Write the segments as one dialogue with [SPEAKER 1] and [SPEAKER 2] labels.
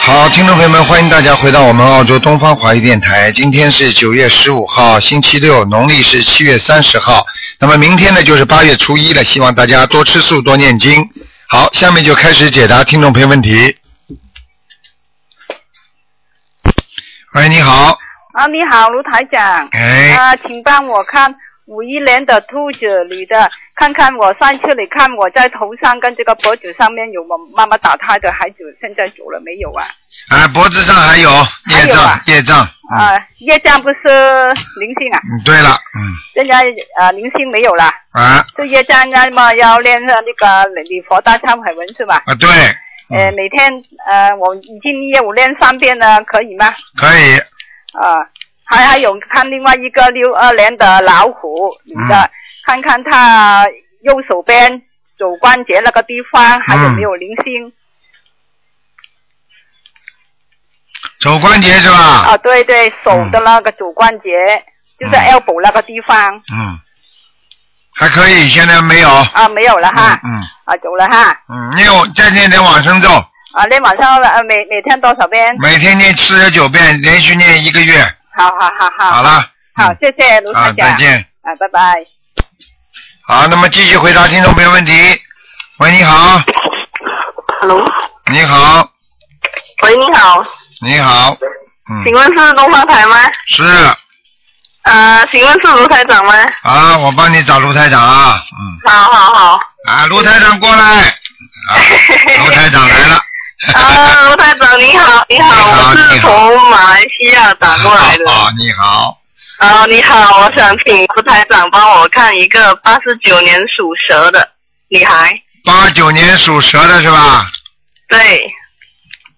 [SPEAKER 1] 好，听众朋友们，欢迎大家回到我们澳洲东方华语电台。今天是九月十五号，星期六，农历是七月三十号。那么明天呢，就是八月初一了。希望大家多吃素，多念经。好，下面就开始解答听众朋友问题。喂，你好，
[SPEAKER 2] 啊，你好，卢台长。
[SPEAKER 1] 哎，
[SPEAKER 2] 啊，请帮我看五一年的兔子女的，看看我上次你看我在头上跟这个脖子上面有我妈妈打胎的孩子，现在走了没有啊？
[SPEAKER 1] 啊，脖子上还有
[SPEAKER 2] 还
[SPEAKER 1] 业
[SPEAKER 2] 有
[SPEAKER 1] 障，
[SPEAKER 2] 啊
[SPEAKER 1] 业障。嗯、
[SPEAKER 2] 啊，业障不是灵性啊，
[SPEAKER 1] 嗯，对了，嗯，
[SPEAKER 2] 现在啊灵性没有了，
[SPEAKER 1] 啊
[SPEAKER 2] 这业障那么要练那个礼佛大忏悔文是吧？
[SPEAKER 1] 啊，对，
[SPEAKER 2] 呃，
[SPEAKER 1] 嗯，
[SPEAKER 2] 每天呃我已经业务练三遍了，可以吗？
[SPEAKER 1] 可以，
[SPEAKER 2] 啊，还还有看另外一个六二年的老虎女的，
[SPEAKER 1] 嗯
[SPEAKER 2] 看看她右手边肘关节那个地方还
[SPEAKER 1] 嗯
[SPEAKER 2] 有没有零星、
[SPEAKER 1] 肘关节是吧？
[SPEAKER 2] 啊？对对，手的那个肘关节，就是
[SPEAKER 1] 嗯
[SPEAKER 2] elbow 那个地方
[SPEAKER 1] 嗯，还可以，现在没有。
[SPEAKER 2] 啊，没有了哈，
[SPEAKER 1] 嗯
[SPEAKER 2] 啊走了哈，
[SPEAKER 1] 嗯，嗯，念我再念点往生咒，
[SPEAKER 3] 嗯
[SPEAKER 2] 啊那晚上呃每每天多少遍？
[SPEAKER 1] 每天念四十九遍，连续念一个月。
[SPEAKER 2] 好好好好，
[SPEAKER 1] 好，了，
[SPEAKER 2] 好
[SPEAKER 1] 嗯
[SPEAKER 2] 谢谢卢
[SPEAKER 1] 啊，
[SPEAKER 2] 台长，
[SPEAKER 1] 再见。
[SPEAKER 2] 啊拜拜。
[SPEAKER 1] 好，那么继续回答听众朋友问题。喂，你好，
[SPEAKER 3] Hello，
[SPEAKER 1] 你好，
[SPEAKER 3] 喂，你好，
[SPEAKER 1] 你好，嗯
[SPEAKER 3] 请，问是东方台吗？
[SPEAKER 1] 是
[SPEAKER 3] 呃，请问是卢台长吗？
[SPEAKER 1] 啊，我帮你找卢台长啊，嗯，
[SPEAKER 3] 好 好好，
[SPEAKER 1] 啊，卢台长过来，啊，卢台长来了，
[SPEAKER 3] 啊，卢台长你好，你
[SPEAKER 1] 你好
[SPEAKER 3] 好，我
[SPEAKER 1] 你
[SPEAKER 3] 是
[SPEAKER 1] 好
[SPEAKER 3] 从马来西亚打过来的。
[SPEAKER 1] 哦，你好，
[SPEAKER 3] 啊，你好，我想请卢台长帮我看一个八十九年属蛇的女孩。
[SPEAKER 1] 八九年属蛇的是吧？
[SPEAKER 3] 对，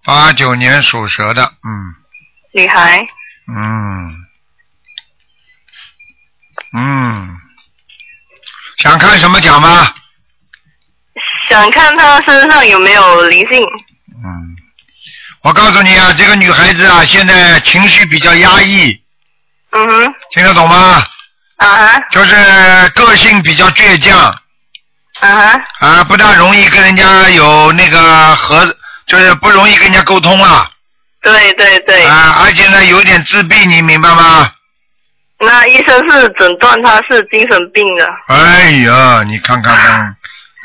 [SPEAKER 1] 八九年属蛇的，嗯。
[SPEAKER 3] 女孩，
[SPEAKER 1] 嗯，嗯，想看什么奖吗？
[SPEAKER 3] 想看她身上有没有灵性。
[SPEAKER 1] 嗯，我告诉你啊，这个女孩子啊，现在情绪比较压抑，
[SPEAKER 3] 嗯哼，
[SPEAKER 1] 听得懂吗？
[SPEAKER 3] 啊哈，
[SPEAKER 1] 就是个性比较倔强
[SPEAKER 3] 啊哈，
[SPEAKER 1] 啊，不大容易跟人家有那个和，就是不容易跟人家沟通啊
[SPEAKER 3] 对对对，
[SPEAKER 1] 啊，而且呢，有点自闭，你明白吗？
[SPEAKER 3] 那医生是诊断她是精神病的。
[SPEAKER 1] 哎呀，你看看跟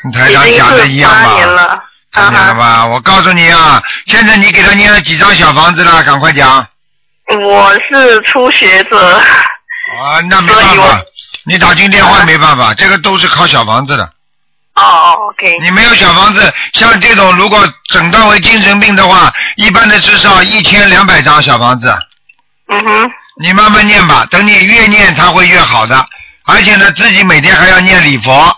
[SPEAKER 1] 跟台
[SPEAKER 3] 已
[SPEAKER 1] 长
[SPEAKER 3] 经
[SPEAKER 1] 讲的一
[SPEAKER 3] 是
[SPEAKER 1] 样吧？
[SPEAKER 3] 八年了，
[SPEAKER 1] 看见了
[SPEAKER 3] 啊
[SPEAKER 1] 吧？我告诉你啊，现在你给他念了几张小房子了？赶快讲
[SPEAKER 3] 哈，我是初学者，
[SPEAKER 1] 啊！那没办
[SPEAKER 3] 所以
[SPEAKER 1] 法
[SPEAKER 3] 我，
[SPEAKER 1] 你打进电话没办法，这个都是靠小房子的。
[SPEAKER 3] 哦哦，OK，
[SPEAKER 1] 你没有小房子，像这种如果诊断为精神病的话，一般的至少一千两百张小房子，
[SPEAKER 3] 嗯哼，
[SPEAKER 1] 你慢慢念吧。等你越念，它会越好的。而且呢，自己每天还要念礼佛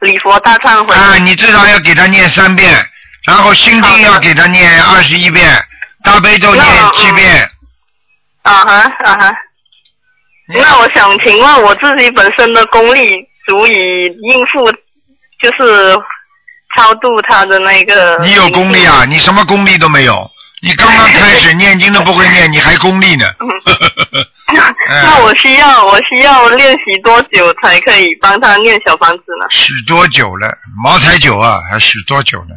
[SPEAKER 3] 礼佛大忏悔，
[SPEAKER 1] 啊，你至少要给他念三遍，然后心经要给他念二十一遍，大悲咒念
[SPEAKER 3] 那
[SPEAKER 1] 七遍。
[SPEAKER 3] 啊哈啊哈。那我想请问我自己本身的功力足以应付，就是超度他的那个。
[SPEAKER 1] 你有功力！
[SPEAKER 3] 嗯
[SPEAKER 1] 啊？你什么功力都没有？你刚刚开始念经都不会念，你还功力呢？嗯
[SPEAKER 3] 嗯那我需要我需要练习多久才可以帮他念小房子呢？
[SPEAKER 1] 许多久了？茅台酒啊，还许多久 呢？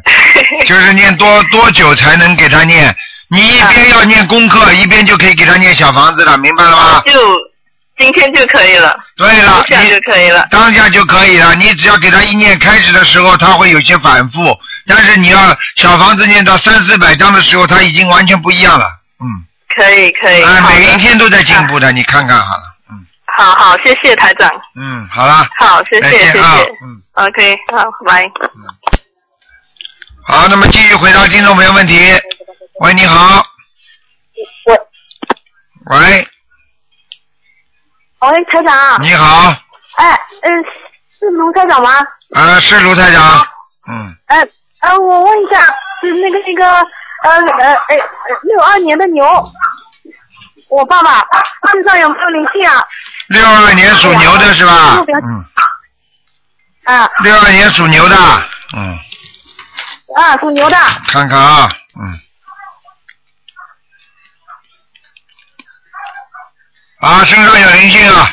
[SPEAKER 1] 就是念多多久才能给他念？你一边要念功
[SPEAKER 3] 啊
[SPEAKER 1] 课，一边就可以给他念小房子了，明白了吗？
[SPEAKER 3] 就今天就可以了，
[SPEAKER 1] 对了，
[SPEAKER 3] 当下就
[SPEAKER 1] 你
[SPEAKER 3] 可以了。
[SPEAKER 1] 当下就可以了。你只要给他一念，开始的时候他会有些反复，但是你要小房子念到三四百章的时候，他已经完全不一样了。嗯，
[SPEAKER 3] 可以可以，
[SPEAKER 1] 啊，
[SPEAKER 3] 好
[SPEAKER 1] 每一
[SPEAKER 3] 的，啊
[SPEAKER 1] 天都在进步的，你看看好了。嗯。
[SPEAKER 3] 好好，谢谢台长，
[SPEAKER 1] 嗯，好啦，
[SPEAKER 3] 好，谢
[SPEAKER 1] 再
[SPEAKER 3] 谢谢
[SPEAKER 1] 见啊，
[SPEAKER 3] 谢
[SPEAKER 1] 嗯，
[SPEAKER 3] ，OK，好，拜。
[SPEAKER 1] 好，那么继续回答听众朋友问题。喂，你好。喂。喂，
[SPEAKER 4] 喂，台长，啊
[SPEAKER 1] 你好，
[SPEAKER 4] 哎，嗯，是卢台长吗？
[SPEAKER 1] 呃，是卢台长。嗯，
[SPEAKER 4] 哎，呃，我问一下，是那个那个，呃呃哎，六、二年的牛，我爸爸身上有没有灵性啊？
[SPEAKER 1] 六二年属牛的是吧？嗯，
[SPEAKER 4] 啊
[SPEAKER 1] 六二年属牛的，嗯，
[SPEAKER 4] 啊，属牛的，
[SPEAKER 1] 看看啊，嗯。啊，身上有灵性啊，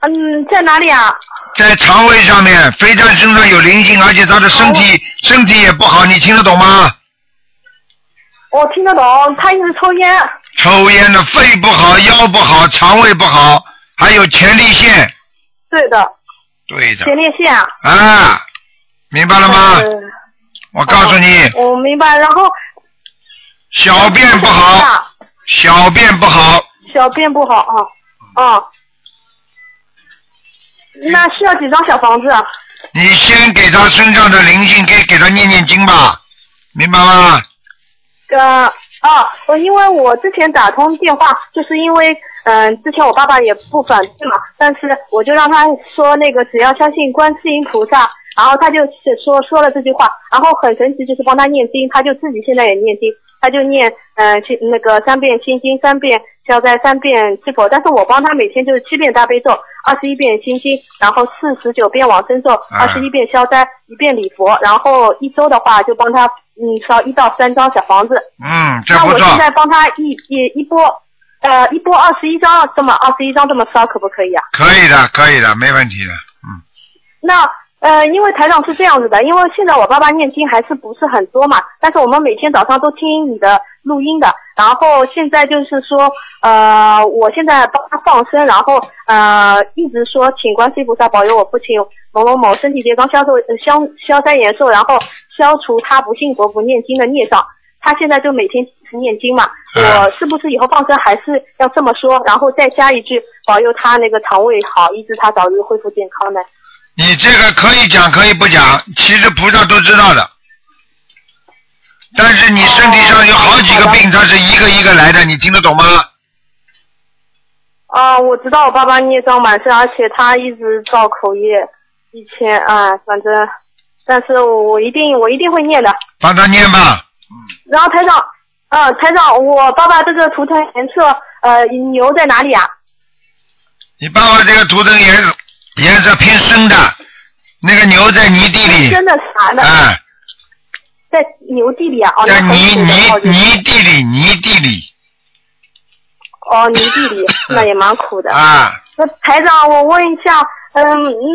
[SPEAKER 4] 嗯，在哪里啊？
[SPEAKER 1] 在肠胃上
[SPEAKER 4] 哦
[SPEAKER 1] 面，非但身上有灵性，而且他的身体身体也不好，你听得懂吗？
[SPEAKER 4] 我听得懂，他一直抽烟，
[SPEAKER 1] 抽烟的肺不好，腰不好，肠胃不好，还有前列腺。
[SPEAKER 4] 对的，
[SPEAKER 1] 对的
[SPEAKER 4] 前。列腺啊。
[SPEAKER 1] 啊，明白了吗？
[SPEAKER 4] 呃
[SPEAKER 1] 我告诉你，
[SPEAKER 4] 我明白。然后
[SPEAKER 1] 小便不好，，小便不好，
[SPEAKER 4] 小便不好啊啊。
[SPEAKER 1] 嗯
[SPEAKER 4] 那需要几张小房子啊？
[SPEAKER 1] 你先给他身上的灵性，给给他念念经吧，明白吗？
[SPEAKER 4] 呃啊，我因为我之前打通电话，就是因为嗯、之前我爸爸也不反对嘛，但是我就让他说那个只要相信观世音菩萨，然后他就是说说了这句话，然后很神奇就是帮他念经，他就自己现在也念经，他就念嗯、心那个三遍心经，三遍消灾，三遍是否，但是我帮他每天就是七遍大悲咒，二十一遍心经，然后四十九遍往生咒，二十一遍消灾，一遍礼佛，然后一周的话就帮他嗯烧一到三张小房子。
[SPEAKER 1] 嗯，这
[SPEAKER 4] 那
[SPEAKER 1] 不
[SPEAKER 4] 我现
[SPEAKER 1] 错，
[SPEAKER 4] 在帮他一一一波，呃，一波二十一张这么二十一张这么烧，可不可以啊？
[SPEAKER 1] 可以的，可以的，没问题的，嗯，
[SPEAKER 4] 那呃，因为台长是这样子的，因为现在我爸爸念经还是不是很多嘛，但是我们每天早上都听你的录音的，然后现在就是说，呃，我现在帮他放生，然后呃，一直说请观世音菩萨保佑我父亲某某某身体健康，消受呃消消灾延寿，然后消除他不信佛不念经的孽障。他现在就每天念经嘛，
[SPEAKER 1] 嗯
[SPEAKER 4] 我是不是以后放生还是要这么说，然后再加一句保佑他那个肠胃好，医治他早日恢复健康呢？
[SPEAKER 1] 你这个可以讲，可以不讲，其实菩萨都知道的。但是你身体上有好几个病，它是一个一个来的，你听得懂吗？
[SPEAKER 4] 啊，我知道我爸爸孽障满身，而且他一直造口业，以前啊，反正，但是我我一定我一定会念的。
[SPEAKER 1] 帮他念吧，
[SPEAKER 4] 然后台长，嗯，台长，我爸爸这个图腾颜色，呃，牛在哪里啊？
[SPEAKER 1] 你爸爸这个图腾颜色颜色偏深的，那个牛在泥地里，
[SPEAKER 4] 真的啥呢？
[SPEAKER 1] 哎、
[SPEAKER 4] 在牛地里啊？哦，
[SPEAKER 1] 在
[SPEAKER 4] 那很
[SPEAKER 1] 泥
[SPEAKER 4] 苦的
[SPEAKER 1] 泥
[SPEAKER 4] 哦就是
[SPEAKER 1] 泥地里，泥地里
[SPEAKER 4] 哦，泥地 里，那也蛮苦的。
[SPEAKER 1] 啊，
[SPEAKER 4] 那台长，我问一下，嗯，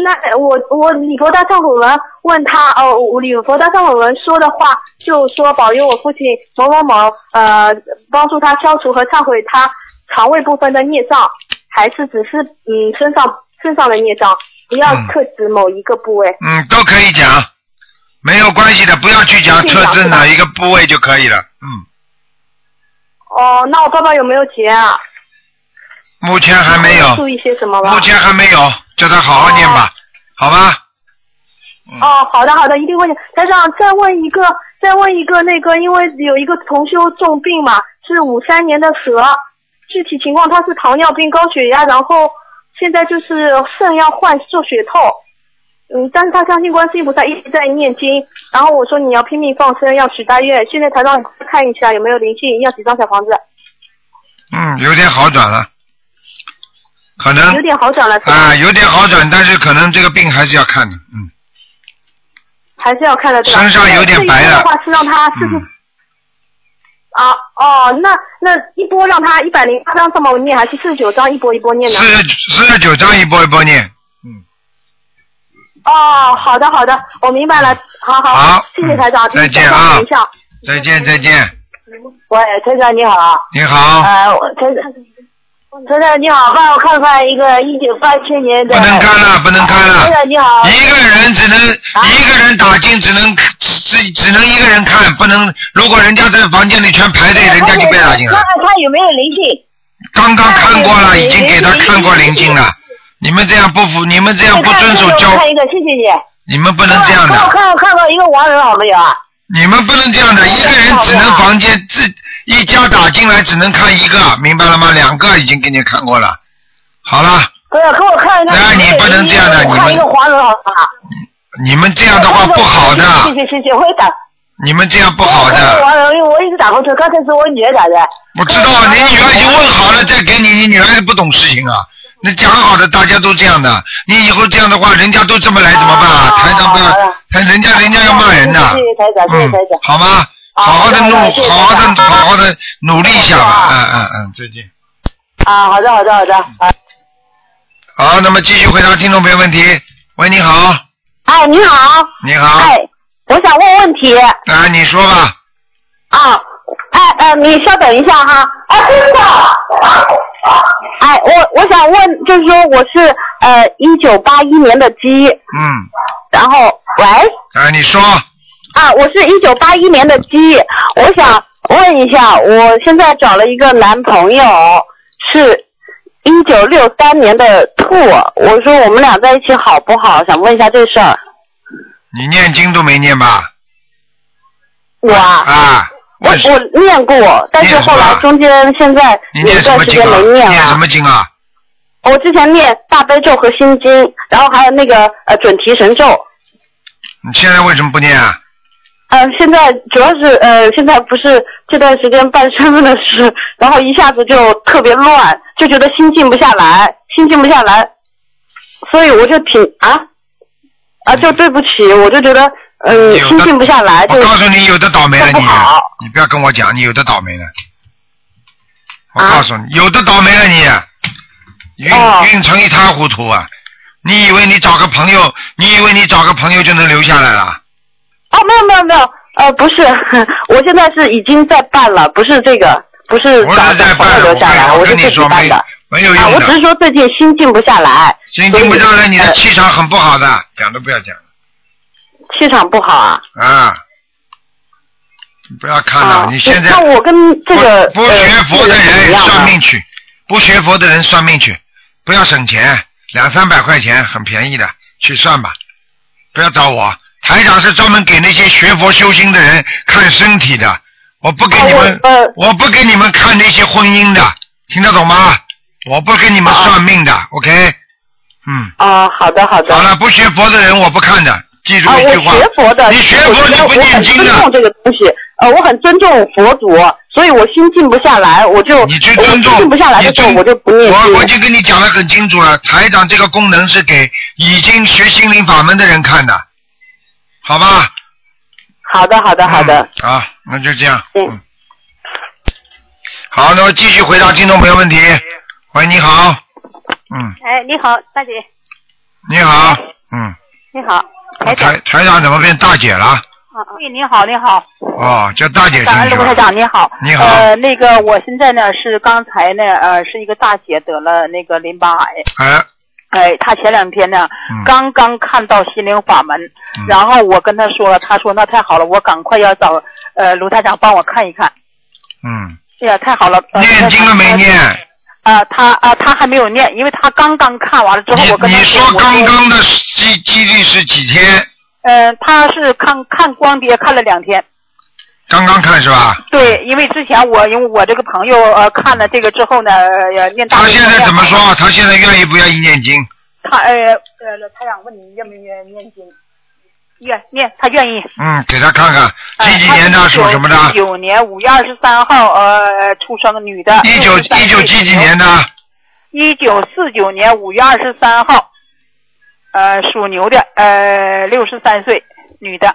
[SPEAKER 4] 那我我礼佛大忏悔文问他哦，我礼佛大忏悔文说的话，就说保佑我父亲某某某，呃，帮助他消除和忏悔他肠胃部分的孽障，还是只是嗯身上身上的孽障，不要
[SPEAKER 1] 嗯
[SPEAKER 4] 特指某一个部位。
[SPEAKER 1] 嗯，都可以讲，没有关系的，不要去讲
[SPEAKER 4] 可以
[SPEAKER 1] 特
[SPEAKER 4] 讲
[SPEAKER 1] 征
[SPEAKER 4] 是
[SPEAKER 1] 哪
[SPEAKER 4] 吧
[SPEAKER 1] 一个部位就可以了。嗯，
[SPEAKER 4] 哦，那我爸爸有没有结啊？
[SPEAKER 1] 目前还没有
[SPEAKER 4] 注，意些什么吗？
[SPEAKER 1] 目前还没有，叫他好好念吧，好吧？嗯
[SPEAKER 4] 哦，好的好的，一定会的。台长，再问一个，再问一个，那个，因为有一个同修重病嘛，是五三年的蛇，具体情况他是糖尿病、高血压，然后现在就是肾要换做血透。嗯，但是他相信观世音菩萨一直在念经，然后我说你要拼命放生，要许大愿。现在台长看一下有没有灵性，要几张小房子，
[SPEAKER 1] 啊嗯，有点好转了，可能
[SPEAKER 4] 有点好转了，是吧
[SPEAKER 1] 啊、有点好转，但是可能这个病还是要看的，嗯，
[SPEAKER 4] 还是要看的对吧？
[SPEAKER 1] 身上有点白了
[SPEAKER 4] 这一波的话是让他是不是
[SPEAKER 1] 嗯，
[SPEAKER 4] 啊哦，那那一波让他一百零八张这么念，还是四十九张一波一波念呢？
[SPEAKER 1] 四十四十九章一波一波念，
[SPEAKER 4] 哦，好的好的，我明白了，好好，
[SPEAKER 1] 嗯好
[SPEAKER 4] 谢谢台长，
[SPEAKER 1] 嗯再见啊
[SPEAKER 4] 等一下，
[SPEAKER 1] 再见再见，
[SPEAKER 5] 喂，陈长你好，
[SPEAKER 1] 你好，
[SPEAKER 5] 呃，我陈陈长你好，帮我看看一个一九八七年
[SPEAKER 1] 不
[SPEAKER 5] 的。
[SPEAKER 1] 能看了不能看了
[SPEAKER 5] 陈。长你好，
[SPEAKER 1] 一个人只能、一个人打进，只能只只只能一个人看，不能如果人家在房间里全排
[SPEAKER 6] 呃
[SPEAKER 1] 队，人家就被打进
[SPEAKER 5] 看
[SPEAKER 1] 来。
[SPEAKER 5] 看他有没有灵性。
[SPEAKER 1] 刚刚看过了，已经给他看过灵性了。你们这样不服，你们这样不遵守
[SPEAKER 5] 我
[SPEAKER 1] 教，
[SPEAKER 5] 看一个，谢谢你。
[SPEAKER 1] 你们不能这样
[SPEAKER 5] 帮
[SPEAKER 3] 哦
[SPEAKER 5] 我
[SPEAKER 1] 的，
[SPEAKER 5] 看看过一个亡人好没有啊？
[SPEAKER 1] 你们不能这
[SPEAKER 5] 哎
[SPEAKER 1] 样的。一个人只能房间自一家打进来只能看一个，明白了吗？两个已经给你看过了。好了，
[SPEAKER 5] 对，给我看一看。
[SPEAKER 1] 那你不能这样的
[SPEAKER 5] 我看一个
[SPEAKER 1] 你们啊
[SPEAKER 5] 亡人好不好？
[SPEAKER 1] 你们这样的话不好
[SPEAKER 5] 谢
[SPEAKER 1] 的，
[SPEAKER 5] 谢谢谢，哎我也打。
[SPEAKER 1] 你们这样不好
[SPEAKER 5] 我看
[SPEAKER 4] 哎
[SPEAKER 5] 一
[SPEAKER 1] 的
[SPEAKER 5] 个。亡人，因为我一直打过去，刚才是我女儿打的。
[SPEAKER 1] 我知道你女儿已经问好了，再给你，你女儿不懂事情啊。那讲好的，大家都这样的，你以后这样的话，人家都这么来怎么办
[SPEAKER 5] 啊
[SPEAKER 1] 啊？台长不要
[SPEAKER 5] 好的，
[SPEAKER 1] 台人家人家要骂人的
[SPEAKER 5] 谢谢台长，谢谢
[SPEAKER 1] 嗯
[SPEAKER 5] 台长，。
[SPEAKER 1] 好吗？
[SPEAKER 5] 啊
[SPEAKER 1] 好好的
[SPEAKER 5] 好的
[SPEAKER 1] 努，
[SPEAKER 5] 好的谢谢
[SPEAKER 1] 好好
[SPEAKER 5] 台
[SPEAKER 1] 的，
[SPEAKER 5] 长
[SPEAKER 1] 好好的努力一下吧。
[SPEAKER 5] 好
[SPEAKER 1] 嗯嗯嗯，再见。
[SPEAKER 5] 啊，好的，好的，好的。啊，
[SPEAKER 1] 好，那么继续回答听众朋友问题。喂，你好，
[SPEAKER 5] 哎，你好，
[SPEAKER 1] 你好，
[SPEAKER 5] 哎，我想问问题
[SPEAKER 1] 啊，你说吧，
[SPEAKER 5] 啊，
[SPEAKER 3] 哎呃，你稍等一下哈。哎，真的。哎，我我想问，就是说我是呃一九八一年的鸡，
[SPEAKER 1] 嗯，
[SPEAKER 3] 然后喂
[SPEAKER 1] 啊，你说，
[SPEAKER 3] 啊，我是一九八一年的鸡，我想问一下，我现在找了一个男朋友，是一九六三年的兔，我说我们俩在一起好不好？想问一下这事儿。
[SPEAKER 1] 你念经都没念吧？
[SPEAKER 3] 我啊，
[SPEAKER 1] 啊，
[SPEAKER 3] 我
[SPEAKER 1] 问
[SPEAKER 3] 我念过，但是后
[SPEAKER 1] 念什
[SPEAKER 3] 来
[SPEAKER 1] 么
[SPEAKER 3] 中间现在
[SPEAKER 1] 你
[SPEAKER 3] 有一
[SPEAKER 1] 念什
[SPEAKER 3] 段
[SPEAKER 1] 么
[SPEAKER 3] 时
[SPEAKER 1] 经
[SPEAKER 3] 间
[SPEAKER 1] 啊？
[SPEAKER 3] 没念
[SPEAKER 1] 念什
[SPEAKER 3] 了。
[SPEAKER 1] 么经啊？
[SPEAKER 3] 我之前念大悲咒和心经，然后还有那个呃准提神咒。
[SPEAKER 1] 你现在为什么不念啊？
[SPEAKER 4] 嗯
[SPEAKER 3] 呃，现在主要是呃，现在不是这段时间办身份的事，然后一下子就特别乱，就觉得心静不下来，心静不下来，所以我就挺啊啊，就对不起，我就觉得嗯、
[SPEAKER 1] 有的
[SPEAKER 3] 心静不下来，就
[SPEAKER 1] 我告诉你，有的倒霉了
[SPEAKER 3] 都
[SPEAKER 1] 你
[SPEAKER 3] 不好，
[SPEAKER 1] 你不要跟我讲，你有的倒霉了。我
[SPEAKER 3] 啊
[SPEAKER 1] 告诉你，有的倒霉了你，运、
[SPEAKER 3] 哦
[SPEAKER 1] 运成一塌糊涂啊！你以为你找个朋友，你以为你找个朋友就能留下来了？
[SPEAKER 3] 哦，没有没有没有，呃，不是， 我现在是已经在办了，不是这个，不是
[SPEAKER 1] 不
[SPEAKER 3] 找
[SPEAKER 1] 是在
[SPEAKER 3] 找朋
[SPEAKER 1] 办，
[SPEAKER 3] 友留下来，
[SPEAKER 1] 我
[SPEAKER 3] 我
[SPEAKER 1] 跟我跟
[SPEAKER 3] 是自
[SPEAKER 1] 你
[SPEAKER 3] 己
[SPEAKER 1] 说
[SPEAKER 3] 办
[SPEAKER 1] 没
[SPEAKER 3] 的。
[SPEAKER 1] 没有
[SPEAKER 3] 啊，
[SPEAKER 1] 用
[SPEAKER 3] 我只是
[SPEAKER 1] 的，
[SPEAKER 3] 说最近心静不下来，
[SPEAKER 1] 心
[SPEAKER 3] 所以
[SPEAKER 1] 经不上来，你的
[SPEAKER 3] 呃
[SPEAKER 1] 气场很不好的，讲都不要讲
[SPEAKER 3] 气场不好啊。
[SPEAKER 1] 啊！你不要看了，
[SPEAKER 3] 啊，
[SPEAKER 1] 你现在
[SPEAKER 3] 那我跟这个
[SPEAKER 1] 不不
[SPEAKER 3] 呃
[SPEAKER 1] 学佛的
[SPEAKER 3] 这个怎么
[SPEAKER 1] 人
[SPEAKER 3] 样
[SPEAKER 1] 算
[SPEAKER 3] 啊
[SPEAKER 1] 命去，不学佛的人算命去，不要省钱，两三百块钱很便宜的，去算吧，不要找我。台长是专门给那些学佛修心的人看身体的，我不给
[SPEAKER 3] 啊
[SPEAKER 1] 你
[SPEAKER 3] 我
[SPEAKER 1] 们，
[SPEAKER 3] 呃
[SPEAKER 1] 我不给你们看那些婚姻的，听得懂吗？我不给你们算命的、o k 嗯，
[SPEAKER 3] 哦，好的好的。
[SPEAKER 1] 好了，不学佛的人我不看的，记住
[SPEAKER 3] 啊，
[SPEAKER 1] 一
[SPEAKER 3] 我
[SPEAKER 1] 句话，
[SPEAKER 3] 学佛的，
[SPEAKER 1] 你学佛
[SPEAKER 3] 我觉
[SPEAKER 1] 你
[SPEAKER 3] 得
[SPEAKER 1] 不
[SPEAKER 3] 我
[SPEAKER 1] 念
[SPEAKER 3] 很
[SPEAKER 1] 经
[SPEAKER 3] 尊
[SPEAKER 1] 的
[SPEAKER 3] 重这个东西，呃，我很尊重佛祖，所以我心静不下来，我就
[SPEAKER 1] 你去尊重，
[SPEAKER 3] 我静不下来
[SPEAKER 1] 你
[SPEAKER 3] 的时候
[SPEAKER 1] 尊
[SPEAKER 3] 我就不念
[SPEAKER 1] 我我已
[SPEAKER 3] 经。
[SPEAKER 1] 经跟你讲的很清楚了，台长这个功能是给已经学心灵法门的人看的，好吧？
[SPEAKER 3] 好的好的好的，
[SPEAKER 1] 嗯好，那就这样。
[SPEAKER 3] 嗯
[SPEAKER 1] 嗯。好，那么继续回答听众朋友问题。喂，你好。嗯，
[SPEAKER 7] 哎，你好，大姐，
[SPEAKER 1] 你好。嗯，
[SPEAKER 7] 你好，哎台长，
[SPEAKER 1] 台台长怎么变大姐了？
[SPEAKER 7] 啊，啊对，你好，你好，
[SPEAKER 1] 哦，叫大姐
[SPEAKER 7] 感恩
[SPEAKER 1] 行
[SPEAKER 7] 卢
[SPEAKER 1] 是
[SPEAKER 7] 台
[SPEAKER 1] 吧？
[SPEAKER 7] 长，你好，
[SPEAKER 1] 你好
[SPEAKER 7] 呃，那个我现在呢是刚才呢，呃，是一个大姐得了那个淋巴癌，
[SPEAKER 1] 哎，
[SPEAKER 7] 哎，她前两天呢
[SPEAKER 1] 嗯
[SPEAKER 7] 刚刚看到心灵法门，
[SPEAKER 1] 嗯
[SPEAKER 7] 然后我跟她说了，她说那太好了，我赶快要找呃卢台长帮我看一看，
[SPEAKER 1] 嗯，
[SPEAKER 7] 哎呀，太好了，呃
[SPEAKER 1] 念经了没？念？
[SPEAKER 7] 啊，她啊，她还没有念，因为她刚刚看完了之后，我
[SPEAKER 1] 你
[SPEAKER 7] 跟她
[SPEAKER 1] 你说
[SPEAKER 7] 我
[SPEAKER 1] 刚刚的几几率是几天？
[SPEAKER 7] 呃，她是看看光碟看了两天。
[SPEAKER 1] 刚刚看是吧？
[SPEAKER 7] 对，因为之前我因为我这个朋友呃看了这个之后呢，呃念大
[SPEAKER 1] 他
[SPEAKER 7] 悲咒
[SPEAKER 1] 现在
[SPEAKER 7] 念
[SPEAKER 1] 怎么说？他现在愿意不愿意念经？
[SPEAKER 7] 他呃呃，他想问你愿不愿意念经？愿念，他愿意。
[SPEAKER 1] 嗯，给他看看
[SPEAKER 7] 哎
[SPEAKER 1] 几几年的，属什么
[SPEAKER 7] 他
[SPEAKER 1] 的？
[SPEAKER 7] 是19年五月二十三号呃出生，女的。
[SPEAKER 1] 一九
[SPEAKER 7] 63
[SPEAKER 1] 一九几几年的？
[SPEAKER 7] 一九四九年五月二十三号，呃属牛的，呃六十三岁，女的。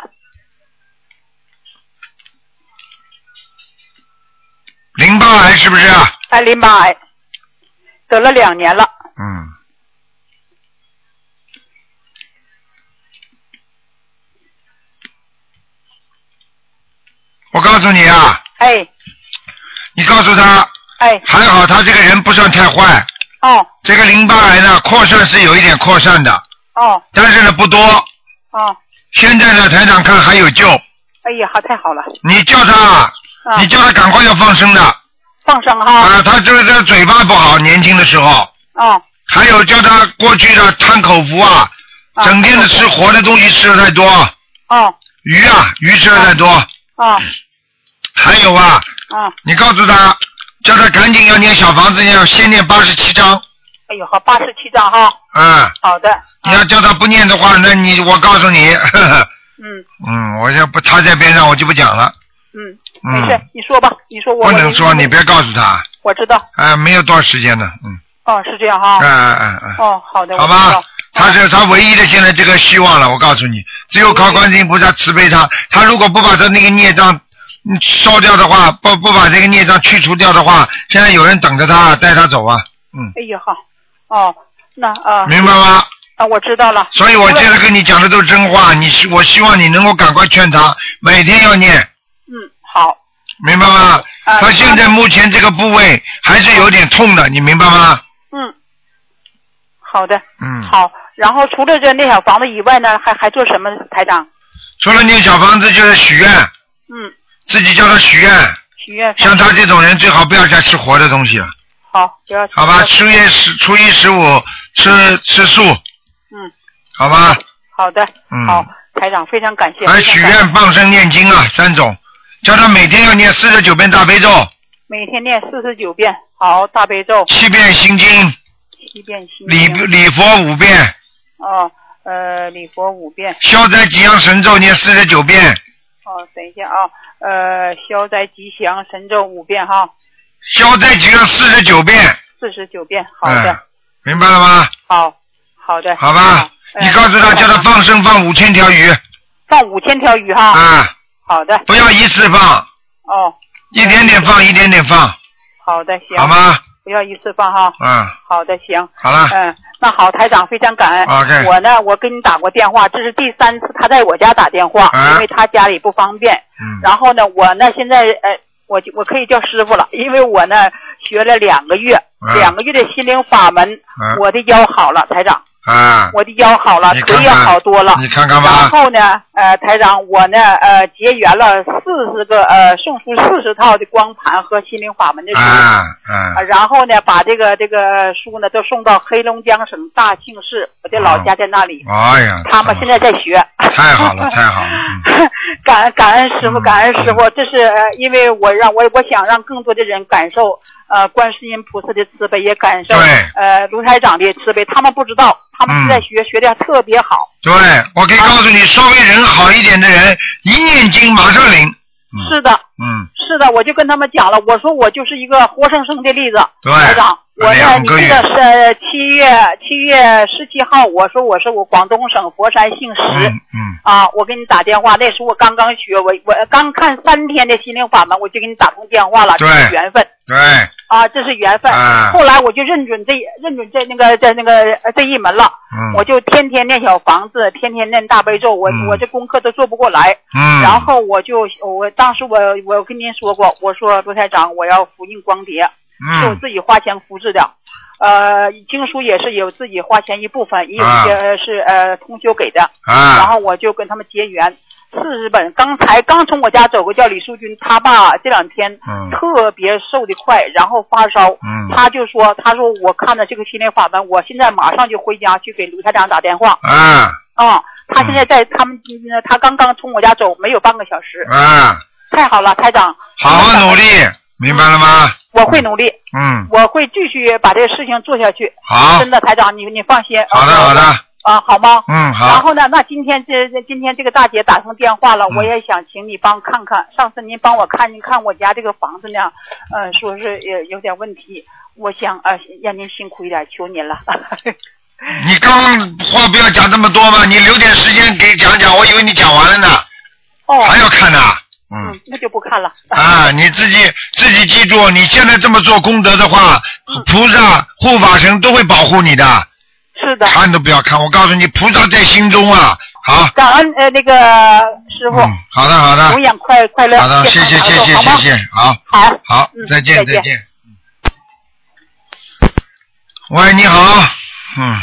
[SPEAKER 1] 淋巴癌是不是？
[SPEAKER 7] 哎，淋巴癌，得了两年了。
[SPEAKER 1] 嗯。我告诉你啊，
[SPEAKER 7] 哎
[SPEAKER 1] 你告诉他，
[SPEAKER 7] 哎
[SPEAKER 1] 还好他这个人不算太坏。
[SPEAKER 7] 哦
[SPEAKER 1] 这个淋巴癌呢，扩散是有一点扩散的，
[SPEAKER 7] 哦
[SPEAKER 1] 但是呢不多。
[SPEAKER 7] 哦，
[SPEAKER 1] 现在呢，台长看还有救。
[SPEAKER 7] 哎呀，好太好了
[SPEAKER 1] 你叫他，
[SPEAKER 7] 啊！
[SPEAKER 1] 你叫他赶快要放生的。
[SPEAKER 7] 放生哈。
[SPEAKER 1] 啊，他就是这嘴巴不好，年轻的时候，
[SPEAKER 7] 哦，
[SPEAKER 1] 还有叫他过去的贪口福啊，
[SPEAKER 7] 啊
[SPEAKER 1] 整天的吃活的东西吃的太多，
[SPEAKER 7] 哦
[SPEAKER 1] 鱼啊鱼吃的太多，
[SPEAKER 7] 哦
[SPEAKER 1] 还有啊，
[SPEAKER 7] 哦，
[SPEAKER 1] 你告诉他，叫他赶紧要念小房子，要先念八十七章，
[SPEAKER 7] 哎呦，好，八十七张哈，
[SPEAKER 1] 啊，
[SPEAKER 7] 好的，
[SPEAKER 1] 你要叫他不念的话，那你我告诉你，呵呵
[SPEAKER 7] 嗯
[SPEAKER 1] 嗯，我就不他在边上我就不讲了，
[SPEAKER 7] 嗯，没事
[SPEAKER 1] 嗯，，
[SPEAKER 7] 你说吧，你说我
[SPEAKER 1] 不能说你，别告诉他，
[SPEAKER 7] 我知道，
[SPEAKER 1] 啊，没有多少时间了，嗯，
[SPEAKER 7] 哦，是这样哈
[SPEAKER 1] 啊，啊啊。
[SPEAKER 7] 哦，好的，
[SPEAKER 1] 好
[SPEAKER 7] 我知
[SPEAKER 1] 吧
[SPEAKER 7] 道，嗯
[SPEAKER 1] 他是他唯一的现在这个希望了。我告诉你，只有靠观世音菩萨慈悲他。他如果不把他那个孽障嗯烧掉的话，不不把这个孽障去除掉的话，现在有人等着他带他走啊，嗯，
[SPEAKER 7] 哎呀好，哦，那啊
[SPEAKER 1] 明白吗？
[SPEAKER 7] 啊，我知道了，
[SPEAKER 1] 所以我现在跟你讲的都是真话，你希我希望你能够赶快劝他，每天要念，
[SPEAKER 7] 嗯，好，
[SPEAKER 1] 明白吗？
[SPEAKER 7] 啊
[SPEAKER 1] 他现在目前这个部位还是有点痛的，你明白吗？
[SPEAKER 7] 嗯，好的，
[SPEAKER 1] 嗯，
[SPEAKER 7] 好。然后除了这那小房子以外呢，还还做什么？台长，
[SPEAKER 1] 除了念小房子就是许愿，
[SPEAKER 7] 嗯，
[SPEAKER 1] 自己叫他许愿。
[SPEAKER 7] 许愿放
[SPEAKER 1] 像他这种人最好不要再吃活的东西了，
[SPEAKER 7] 好，不要
[SPEAKER 1] 好吧？初一十初一十五吃吃素，
[SPEAKER 7] 嗯，
[SPEAKER 1] 好吧？
[SPEAKER 7] 好的，
[SPEAKER 1] 嗯
[SPEAKER 7] 好，台长非常感谢。
[SPEAKER 1] 还
[SPEAKER 7] 非常
[SPEAKER 1] 许
[SPEAKER 7] 感谢
[SPEAKER 1] 愿、放生、念经啊，三种，叫他每天要念四十九遍大悲咒，
[SPEAKER 7] 每天念四十九遍，好，大悲咒
[SPEAKER 1] 七遍心经，
[SPEAKER 7] 七遍心
[SPEAKER 1] 礼
[SPEAKER 7] 经，
[SPEAKER 1] 礼佛五遍，
[SPEAKER 7] 哦，呃，礼佛五遍，
[SPEAKER 1] 消灾吉祥神咒念四十九遍，
[SPEAKER 7] 哦，等一下啊，呃，消灾吉祥神咒五遍哈，
[SPEAKER 1] 消灾吉祥四十九遍，
[SPEAKER 7] 四十九遍，好的，
[SPEAKER 1] 嗯，明白了吗？
[SPEAKER 7] 好，好的，
[SPEAKER 1] 好吧，
[SPEAKER 7] 呃
[SPEAKER 1] 你告诉他叫他放生放五千条鱼
[SPEAKER 7] 放五千条鱼哈，
[SPEAKER 1] 啊，
[SPEAKER 7] 好的，
[SPEAKER 1] 不要一次放，
[SPEAKER 7] 哦，
[SPEAKER 1] 一点点放，一点点放，
[SPEAKER 7] 好的，行，
[SPEAKER 1] 好吗？
[SPEAKER 7] 不要一次放哈，
[SPEAKER 1] 嗯，
[SPEAKER 7] 好的，行，
[SPEAKER 1] 好了。
[SPEAKER 7] 嗯，那好，台长非常感恩。
[SPEAKER 1] OK
[SPEAKER 7] 我呢，我给你打过电话，这是第三次他在我家打电话，
[SPEAKER 1] 啊
[SPEAKER 7] 因为他家里不方便。
[SPEAKER 1] 嗯
[SPEAKER 7] 然后呢，我呢现在呃，我就我可以叫师傅了，因为我呢学了两个月，
[SPEAKER 1] 啊
[SPEAKER 7] 两个月的心灵法门，
[SPEAKER 1] 啊
[SPEAKER 7] 我的腰好了，台长，
[SPEAKER 1] 啊，
[SPEAKER 7] 我的腰好了，
[SPEAKER 1] 你看看
[SPEAKER 7] 腿也好多了。
[SPEAKER 1] 你看看
[SPEAKER 7] 然
[SPEAKER 1] 吧，
[SPEAKER 7] 后呢，呃，台长，我呢，呃，结缘了四十个，呃，送出四十套的光盘和心灵法门的书。
[SPEAKER 1] 啊啊
[SPEAKER 7] 啊，然后呢，把这个这个书呢，都送到黑龙江省大庆市，我的老家在那里。
[SPEAKER 1] 哎呀，
[SPEAKER 7] 他们现在在学，
[SPEAKER 1] 太好了，太好了，嗯
[SPEAKER 7] 感恩感恩师傅，
[SPEAKER 1] 嗯
[SPEAKER 7] 感恩师傅，这是呃因为我让我我想让更多的人感受呃观世音菩萨的慈悲，也感受
[SPEAKER 1] 对
[SPEAKER 7] 呃卢台长的慈悲。他们不知道，他们现在
[SPEAKER 1] 嗯
[SPEAKER 7] 学、学的特别好。
[SPEAKER 1] 对，我可以告诉你，稍微人好一点的人，一念经马上灵，嗯
[SPEAKER 7] 是的，
[SPEAKER 1] 嗯，
[SPEAKER 7] 是的，我就跟他们讲了，我说我就是一个活生生的例子。
[SPEAKER 1] 对
[SPEAKER 7] 台长，我呢，
[SPEAKER 1] 两
[SPEAKER 7] 你
[SPEAKER 1] 个
[SPEAKER 7] 这
[SPEAKER 1] 月
[SPEAKER 7] 个是七月七月十七号，我说我是我广东省佛山姓石。
[SPEAKER 1] 嗯嗯，
[SPEAKER 7] 啊，我给你打电话，那时候我刚刚学，我我刚看三天的心灵法门，我就给你打通电话了，这
[SPEAKER 1] 对
[SPEAKER 7] 是缘分
[SPEAKER 1] 对，
[SPEAKER 7] 啊，这是缘分。
[SPEAKER 1] 啊
[SPEAKER 7] 后来我就认准这认准这那个这那个呃这一门了，
[SPEAKER 1] 嗯，
[SPEAKER 7] 我就天天念小房子，天天念大悲咒，我、
[SPEAKER 1] 嗯
[SPEAKER 7] 我这功课都做不过来，
[SPEAKER 1] 嗯，
[SPEAKER 7] 然后我就我当时我我跟您说过，我说卢台长，我要复印光碟，是我
[SPEAKER 1] 嗯
[SPEAKER 7] 自己花钱复制的。呃，经书也是有自己花钱一部分，也有一些呃是呃同修给的。然
[SPEAKER 1] 啊，
[SPEAKER 7] 后我就跟他们结缘，四十本。刚才刚从我家走过，叫李淑君，他爸这两天
[SPEAKER 1] 嗯
[SPEAKER 7] 特别瘦的快，然后发烧。
[SPEAKER 1] 嗯
[SPEAKER 7] 他就说，他说我看了这个心灵法门，我现在马上就回家去给卢台长打电话。
[SPEAKER 1] 啊
[SPEAKER 7] 啊，他现在
[SPEAKER 1] 嗯
[SPEAKER 7] 在他们，呃他刚刚从我家走，没有半个小时。
[SPEAKER 1] 啊，
[SPEAKER 7] 太好了，台长，
[SPEAKER 1] 好好努力，明白了吗？
[SPEAKER 7] 我会努力，
[SPEAKER 1] 嗯，
[SPEAKER 7] 我会继续把这个事情做下去。
[SPEAKER 1] 好
[SPEAKER 7] 真，的，台长，你你放心。
[SPEAKER 1] 好的好的，
[SPEAKER 7] 啊，好吗？
[SPEAKER 1] 嗯
[SPEAKER 7] 然
[SPEAKER 1] 好，
[SPEAKER 7] 后呢，那今天这这今天这个大姐打通电话了，
[SPEAKER 1] 嗯
[SPEAKER 7] 我也想请你帮看看。上次您帮我看一看我家这个房子呢，呃，说是也有点问题，我想呃让您辛苦一点，求您了。
[SPEAKER 1] 你刚刚话不要讲这么多嘛，你留点时间给讲讲，我以为你讲完了呢，
[SPEAKER 7] 哦，
[SPEAKER 1] 还要看呢，嗯
[SPEAKER 7] 嗯。，那就不看了。
[SPEAKER 1] 啊，你自己自己记住，你现在这么做功德的话，
[SPEAKER 7] 嗯
[SPEAKER 1] 菩萨护法神都会保护你的，
[SPEAKER 7] 是的，
[SPEAKER 1] 看都不要看。我告诉你，菩萨在心中啊。好，
[SPEAKER 7] 感恩呃那个师傅，
[SPEAKER 1] 嗯，好的，好
[SPEAKER 7] 永
[SPEAKER 1] 的，
[SPEAKER 7] 远快快乐，
[SPEAKER 1] 好的，谢谢，
[SPEAKER 7] 健
[SPEAKER 1] 谢谢，
[SPEAKER 7] 康长寿好吗
[SPEAKER 1] 谢谢，好，
[SPEAKER 7] 好，
[SPEAKER 1] 好
[SPEAKER 7] 嗯，
[SPEAKER 1] 再见，
[SPEAKER 7] 再见
[SPEAKER 1] 再见。喂，你好，嗯，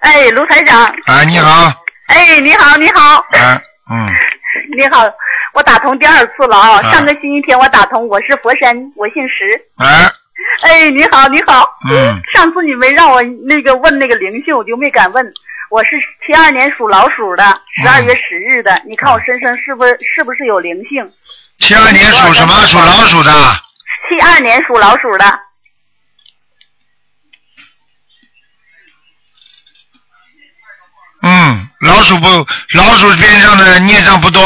[SPEAKER 8] 哎，卢台长，
[SPEAKER 1] 啊，你好，
[SPEAKER 8] 哎，你好，你好，
[SPEAKER 1] 啊，嗯，
[SPEAKER 8] 你好，我打通第二次了啊
[SPEAKER 1] 啊
[SPEAKER 8] 上个星期天我打通，我是佛山，我姓石。
[SPEAKER 1] 啊，
[SPEAKER 8] 哎，你好，你好。
[SPEAKER 1] 嗯，
[SPEAKER 8] 上次你没让我那个问那个灵性，我就没敢问。我是七二年属老鼠的，十
[SPEAKER 1] 嗯
[SPEAKER 8] 二月十日的。你看我身上是不是是不是有灵性？
[SPEAKER 1] 七二年属什
[SPEAKER 7] 嗯
[SPEAKER 1] 么？属老鼠的，
[SPEAKER 8] 七二年属老鼠的，
[SPEAKER 1] 嗯，老鼠不，老鼠边上的孽障不多，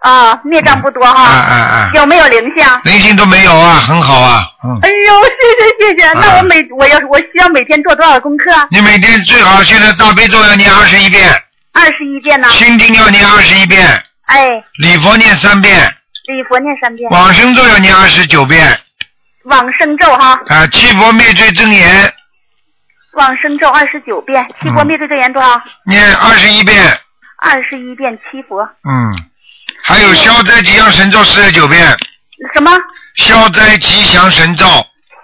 [SPEAKER 8] 啊，孽障不多
[SPEAKER 1] 啊
[SPEAKER 8] 哈。
[SPEAKER 1] 啊啊，
[SPEAKER 8] 有没有灵性？
[SPEAKER 1] 灵性都没有啊，很好啊，嗯。
[SPEAKER 8] 哎呦，谢谢谢谢。那我每我要我需要每天做多少功课？啊
[SPEAKER 1] 你每天最好现在大悲咒要念二十一遍，
[SPEAKER 8] 二十一遍呢？
[SPEAKER 1] 心经要念二十一遍，
[SPEAKER 8] 哎，
[SPEAKER 1] 礼佛念三遍，
[SPEAKER 8] 礼佛念三遍，
[SPEAKER 1] 往生咒要念二十九遍，
[SPEAKER 8] 往生咒哈，
[SPEAKER 1] 啊、七佛灭罪真言
[SPEAKER 8] 往生咒二十九遍，七佛
[SPEAKER 1] 嗯
[SPEAKER 8] 灭罪真言多少？
[SPEAKER 1] 念二十一遍，
[SPEAKER 8] 二十一遍七佛，
[SPEAKER 1] 嗯，还有消灾吉祥神咒四十九遍，
[SPEAKER 9] 嗯什么
[SPEAKER 1] 消灾吉祥神咒，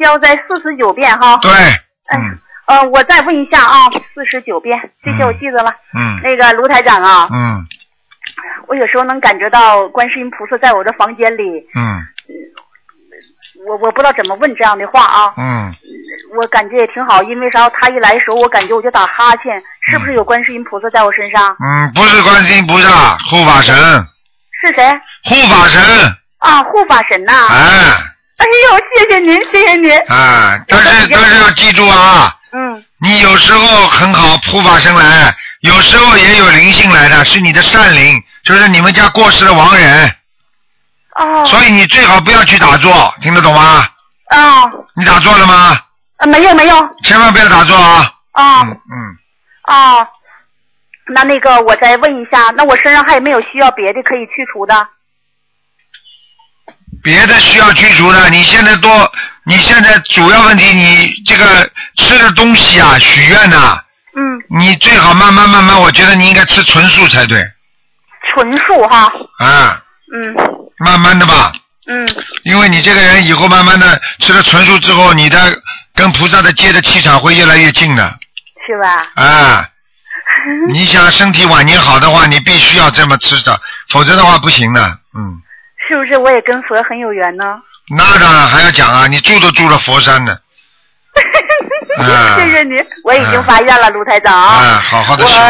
[SPEAKER 9] 消灾四十九遍哈。
[SPEAKER 1] 对，
[SPEAKER 9] 哎
[SPEAKER 1] 嗯
[SPEAKER 9] 呃，我再问一下啊，四十九遍，这些我记着了。
[SPEAKER 1] 嗯
[SPEAKER 9] 那个卢台长啊，
[SPEAKER 1] 嗯
[SPEAKER 9] 我有时候能感觉到观世音菩萨在我的房间里，
[SPEAKER 1] 嗯
[SPEAKER 9] 我我不知道怎么问这样的话啊，
[SPEAKER 1] 嗯，
[SPEAKER 9] 我感觉也挺好，因为啥？他一来的时候，我感觉我就打哈欠，是不是有观世音菩萨在我身上？
[SPEAKER 1] 嗯，不是观世音菩萨，护法神，
[SPEAKER 9] 是谁？
[SPEAKER 1] 护法神，
[SPEAKER 9] 啊，护法神呐、
[SPEAKER 1] 哎
[SPEAKER 9] 哎呦，谢谢您，谢谢您。
[SPEAKER 1] 哎，但是但是要记住啊，
[SPEAKER 9] 嗯，
[SPEAKER 1] 你有时候很好，护法神来，有时候也有灵性来的，是你的善灵，就是你们家过世的亡人，
[SPEAKER 9] 哦，
[SPEAKER 1] 所以你最好不要去打坐，听得懂吗？
[SPEAKER 9] 啊、
[SPEAKER 1] 你打坐了吗？
[SPEAKER 9] 呃没有没有，
[SPEAKER 1] 千万不要打坐啊！
[SPEAKER 9] 啊、
[SPEAKER 1] 嗯嗯，
[SPEAKER 9] 啊、那那个我再问一下，那我身上还有没有需要别的可以去除的？
[SPEAKER 1] 别的需要去除的，你现在多，你现在主要问题，你这个吃的东西啊，许愿呐、
[SPEAKER 9] 嗯，
[SPEAKER 1] 你最好慢慢慢慢，我觉得你应该吃纯素才对，
[SPEAKER 9] 纯素哈，
[SPEAKER 1] 啊，
[SPEAKER 9] 嗯
[SPEAKER 1] 慢慢的吧，
[SPEAKER 9] 嗯，
[SPEAKER 1] 因为你这个人以后慢慢的吃了纯素之后，你的跟菩萨的接的气场会越来越近的，
[SPEAKER 9] 是吧？
[SPEAKER 1] 啊，你想身体晚年好的话，你必须要这么吃的，否则的话不行的，嗯，
[SPEAKER 9] 是不是我也跟佛很有缘呢？
[SPEAKER 1] 那当然还要讲啊，你住都住了佛山呢，啊
[SPEAKER 9] 谢谢您，我已经发愿了，卢台长
[SPEAKER 1] 啊，好好的修。
[SPEAKER 9] 我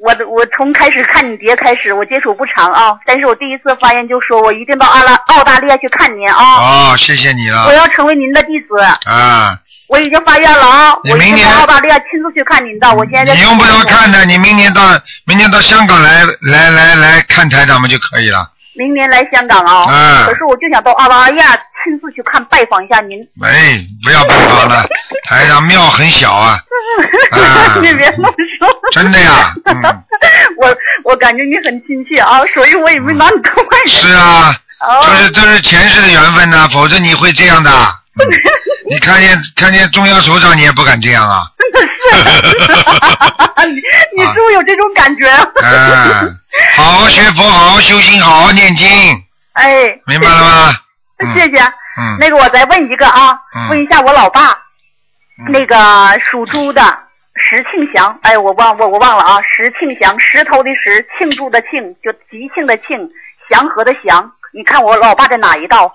[SPEAKER 9] 我我从开始看你碟开始，我接触不长啊，但是我第一次发言就说我一定到澳拉澳大利亚去看您啊，
[SPEAKER 1] 哦，谢谢你
[SPEAKER 9] 我
[SPEAKER 1] 了
[SPEAKER 9] 要成为您的弟子，
[SPEAKER 1] 啊！
[SPEAKER 9] 我已经发愿了啊，
[SPEAKER 1] 你
[SPEAKER 9] 我一
[SPEAKER 1] 明
[SPEAKER 9] 定
[SPEAKER 1] 年
[SPEAKER 9] 到澳大利亚亲自去看您的，我现在在
[SPEAKER 1] 你用不着看的，你明年到明年到香港来来来来看台长们就可以了。
[SPEAKER 9] 明年来香港啊，
[SPEAKER 1] 嗯
[SPEAKER 9] 可是我就想到澳大利亚亲自去看拜访一下您，
[SPEAKER 1] 哎，不要拜访 了，台长庙很小啊，啊
[SPEAKER 9] 你别这么说，
[SPEAKER 1] 真的 呀，嗯，
[SPEAKER 9] 我我感觉你很亲切啊，所以我也没拿你当外人。
[SPEAKER 1] 嗯是啊，
[SPEAKER 9] 哦，
[SPEAKER 1] 就是这是前世的缘分呐、否则你会这样的。 嗯你看见看见中央首长，你也不敢这样啊？
[SPEAKER 9] 是，你你是不是有这种感觉？
[SPEAKER 1] 嗯，好好学佛，好好修心，好好念经，
[SPEAKER 9] 哎，
[SPEAKER 1] 明白了吗？嗯
[SPEAKER 9] 谢谢。
[SPEAKER 1] 嗯，
[SPEAKER 9] 那个，我再问一个啊，
[SPEAKER 1] 嗯
[SPEAKER 9] 问一下我老爸，
[SPEAKER 1] 嗯
[SPEAKER 9] 那个属猪的石庆祥，哎，我忘我我忘了啊，石庆祥，石头的石，庆祝的庆，就吉庆的庆，祥和的祥。你看我老爸在哪一道？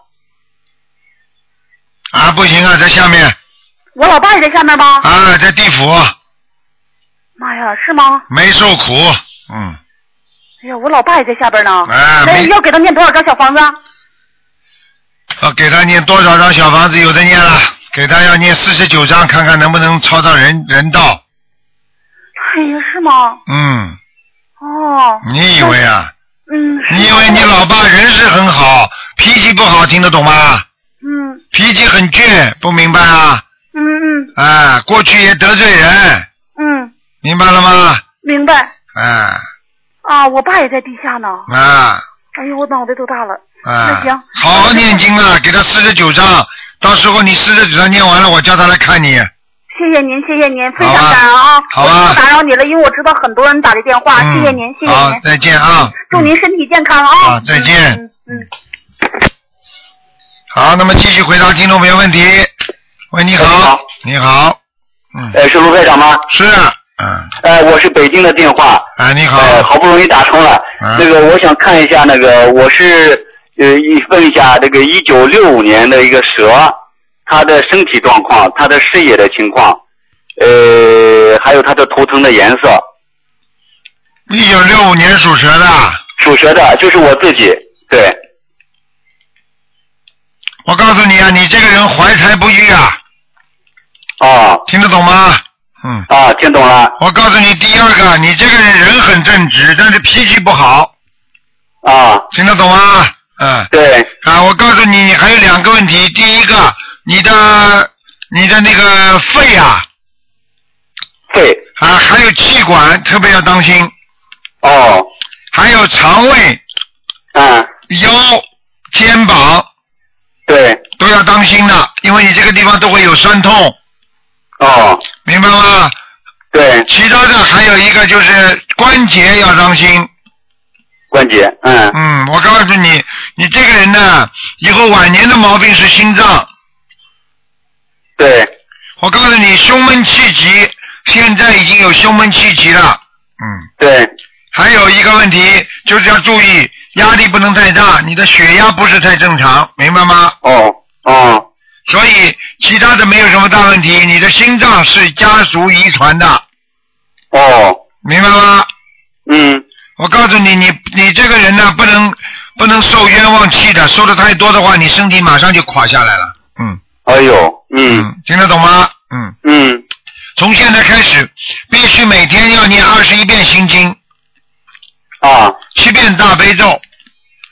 [SPEAKER 1] 啊，不行啊，在下面
[SPEAKER 9] 我老爸也在下面吗？
[SPEAKER 1] 啊，在地府。
[SPEAKER 9] 妈呀，是吗？
[SPEAKER 1] 没受苦，嗯，
[SPEAKER 9] 哎呀，我老爸也在下边呢。
[SPEAKER 1] 哎，
[SPEAKER 9] 那
[SPEAKER 1] 没，
[SPEAKER 9] 要给他念多少张小房子？
[SPEAKER 1] 要啊给他念多少张小房子？有的念了，给他要念四十九张，看看能不能超到人人道。
[SPEAKER 9] 哎呀，是吗？
[SPEAKER 1] 嗯，
[SPEAKER 9] 哦，
[SPEAKER 1] 你以为啊？
[SPEAKER 9] 嗯，是
[SPEAKER 1] 你以为你老爸人是很好，脾气不好，听得懂吗？
[SPEAKER 9] 嗯
[SPEAKER 1] 脾气很倔，不明白啊？
[SPEAKER 9] 嗯嗯
[SPEAKER 1] 啊，过去也得罪人，
[SPEAKER 9] 嗯，
[SPEAKER 1] 明白了吗？
[SPEAKER 9] 明白
[SPEAKER 1] 啊
[SPEAKER 9] 啊！我爸也在地下呢。
[SPEAKER 1] 啊
[SPEAKER 9] 哎呦，我脑袋都大了。
[SPEAKER 1] 啊！
[SPEAKER 9] 那行
[SPEAKER 1] 好好念经啊，给他四十九张，到时候你四十九张念完了，我叫他来看你。
[SPEAKER 9] 谢谢您，谢谢您，非
[SPEAKER 1] 好
[SPEAKER 9] 常
[SPEAKER 1] 啊
[SPEAKER 9] 感恩啊！
[SPEAKER 1] 好
[SPEAKER 9] 我
[SPEAKER 1] 啊
[SPEAKER 9] 不打扰你了，因为我知道很多人打的电话，
[SPEAKER 1] 嗯
[SPEAKER 9] 谢谢您，谢谢嗯
[SPEAKER 1] 好
[SPEAKER 9] 您，，
[SPEAKER 1] 再见啊！
[SPEAKER 9] 祝您身体健康啊！
[SPEAKER 1] 好再见
[SPEAKER 9] 嗯嗯。嗯
[SPEAKER 1] 好，那么继续回答听众朋友问题。喂，你
[SPEAKER 10] 你
[SPEAKER 1] 好
[SPEAKER 10] 好，
[SPEAKER 1] 你好，嗯，
[SPEAKER 10] 呃，是卢台长吗？
[SPEAKER 1] 是啊，嗯，
[SPEAKER 10] 呃，我是北京的电话，
[SPEAKER 1] 哎，你好，
[SPEAKER 10] 呃，好不容易打通了。
[SPEAKER 1] 嗯
[SPEAKER 10] 那个，我想看一下那个，我是呃，一问一下这个一九六五年的一个蛇，他的身体状况，他的视野的情况，呃，还有他的头疼的颜色。
[SPEAKER 1] 一九六五年属蛇的，
[SPEAKER 10] 属蛇的，就是我自己，对，
[SPEAKER 1] 我告诉你啊，你这个人怀才不遇啊，
[SPEAKER 10] 哦，
[SPEAKER 1] 听得懂吗？嗯，
[SPEAKER 10] 啊，听懂了，
[SPEAKER 1] 我告诉你，第二个，你这个人人很正直，但是脾气不好，
[SPEAKER 10] 啊，
[SPEAKER 1] 听得懂吗？嗯，
[SPEAKER 10] 对，
[SPEAKER 1] 啊，我告诉你，你还有两个问题，第一个，你的你的那个肺啊
[SPEAKER 10] 肺，
[SPEAKER 1] 啊，还有气管，特别要当心，
[SPEAKER 10] 哦，
[SPEAKER 1] 还有肠胃。
[SPEAKER 10] 嗯，
[SPEAKER 1] 腰、肩膀
[SPEAKER 10] 对，
[SPEAKER 1] 都要当心的，因为你这个地方都会有酸痛，
[SPEAKER 10] 哦，
[SPEAKER 1] 明白吗？
[SPEAKER 10] 对，
[SPEAKER 1] 其他的还有一个就是关节要当心。
[SPEAKER 10] 关节，嗯，
[SPEAKER 1] 嗯，我告诉你，你这个人呢，以后晚年的毛病是心脏。
[SPEAKER 10] 对。
[SPEAKER 1] 我告诉你，胸闷气急，现在已经有胸闷气急了。
[SPEAKER 10] 对，
[SPEAKER 1] 还有一个问题就是要注意，压力不能太大，你的血压不是太正常，明白吗？
[SPEAKER 10] 哦哦。
[SPEAKER 1] 所以其他的没有什么大问题，你的心脏是家族遗传的。
[SPEAKER 10] 哦。
[SPEAKER 1] 明白吗？
[SPEAKER 10] 嗯。
[SPEAKER 1] 我告诉你，你你这个人呢，不能不能受冤枉气的，受的太多的话，你身体马上就垮下来了。嗯。
[SPEAKER 10] 哎呦，嗯，
[SPEAKER 1] 听得懂吗？嗯。
[SPEAKER 10] 嗯。
[SPEAKER 1] 从现在开始，必须每天要念二十一遍心经。
[SPEAKER 10] 啊。
[SPEAKER 1] 七遍大悲咒。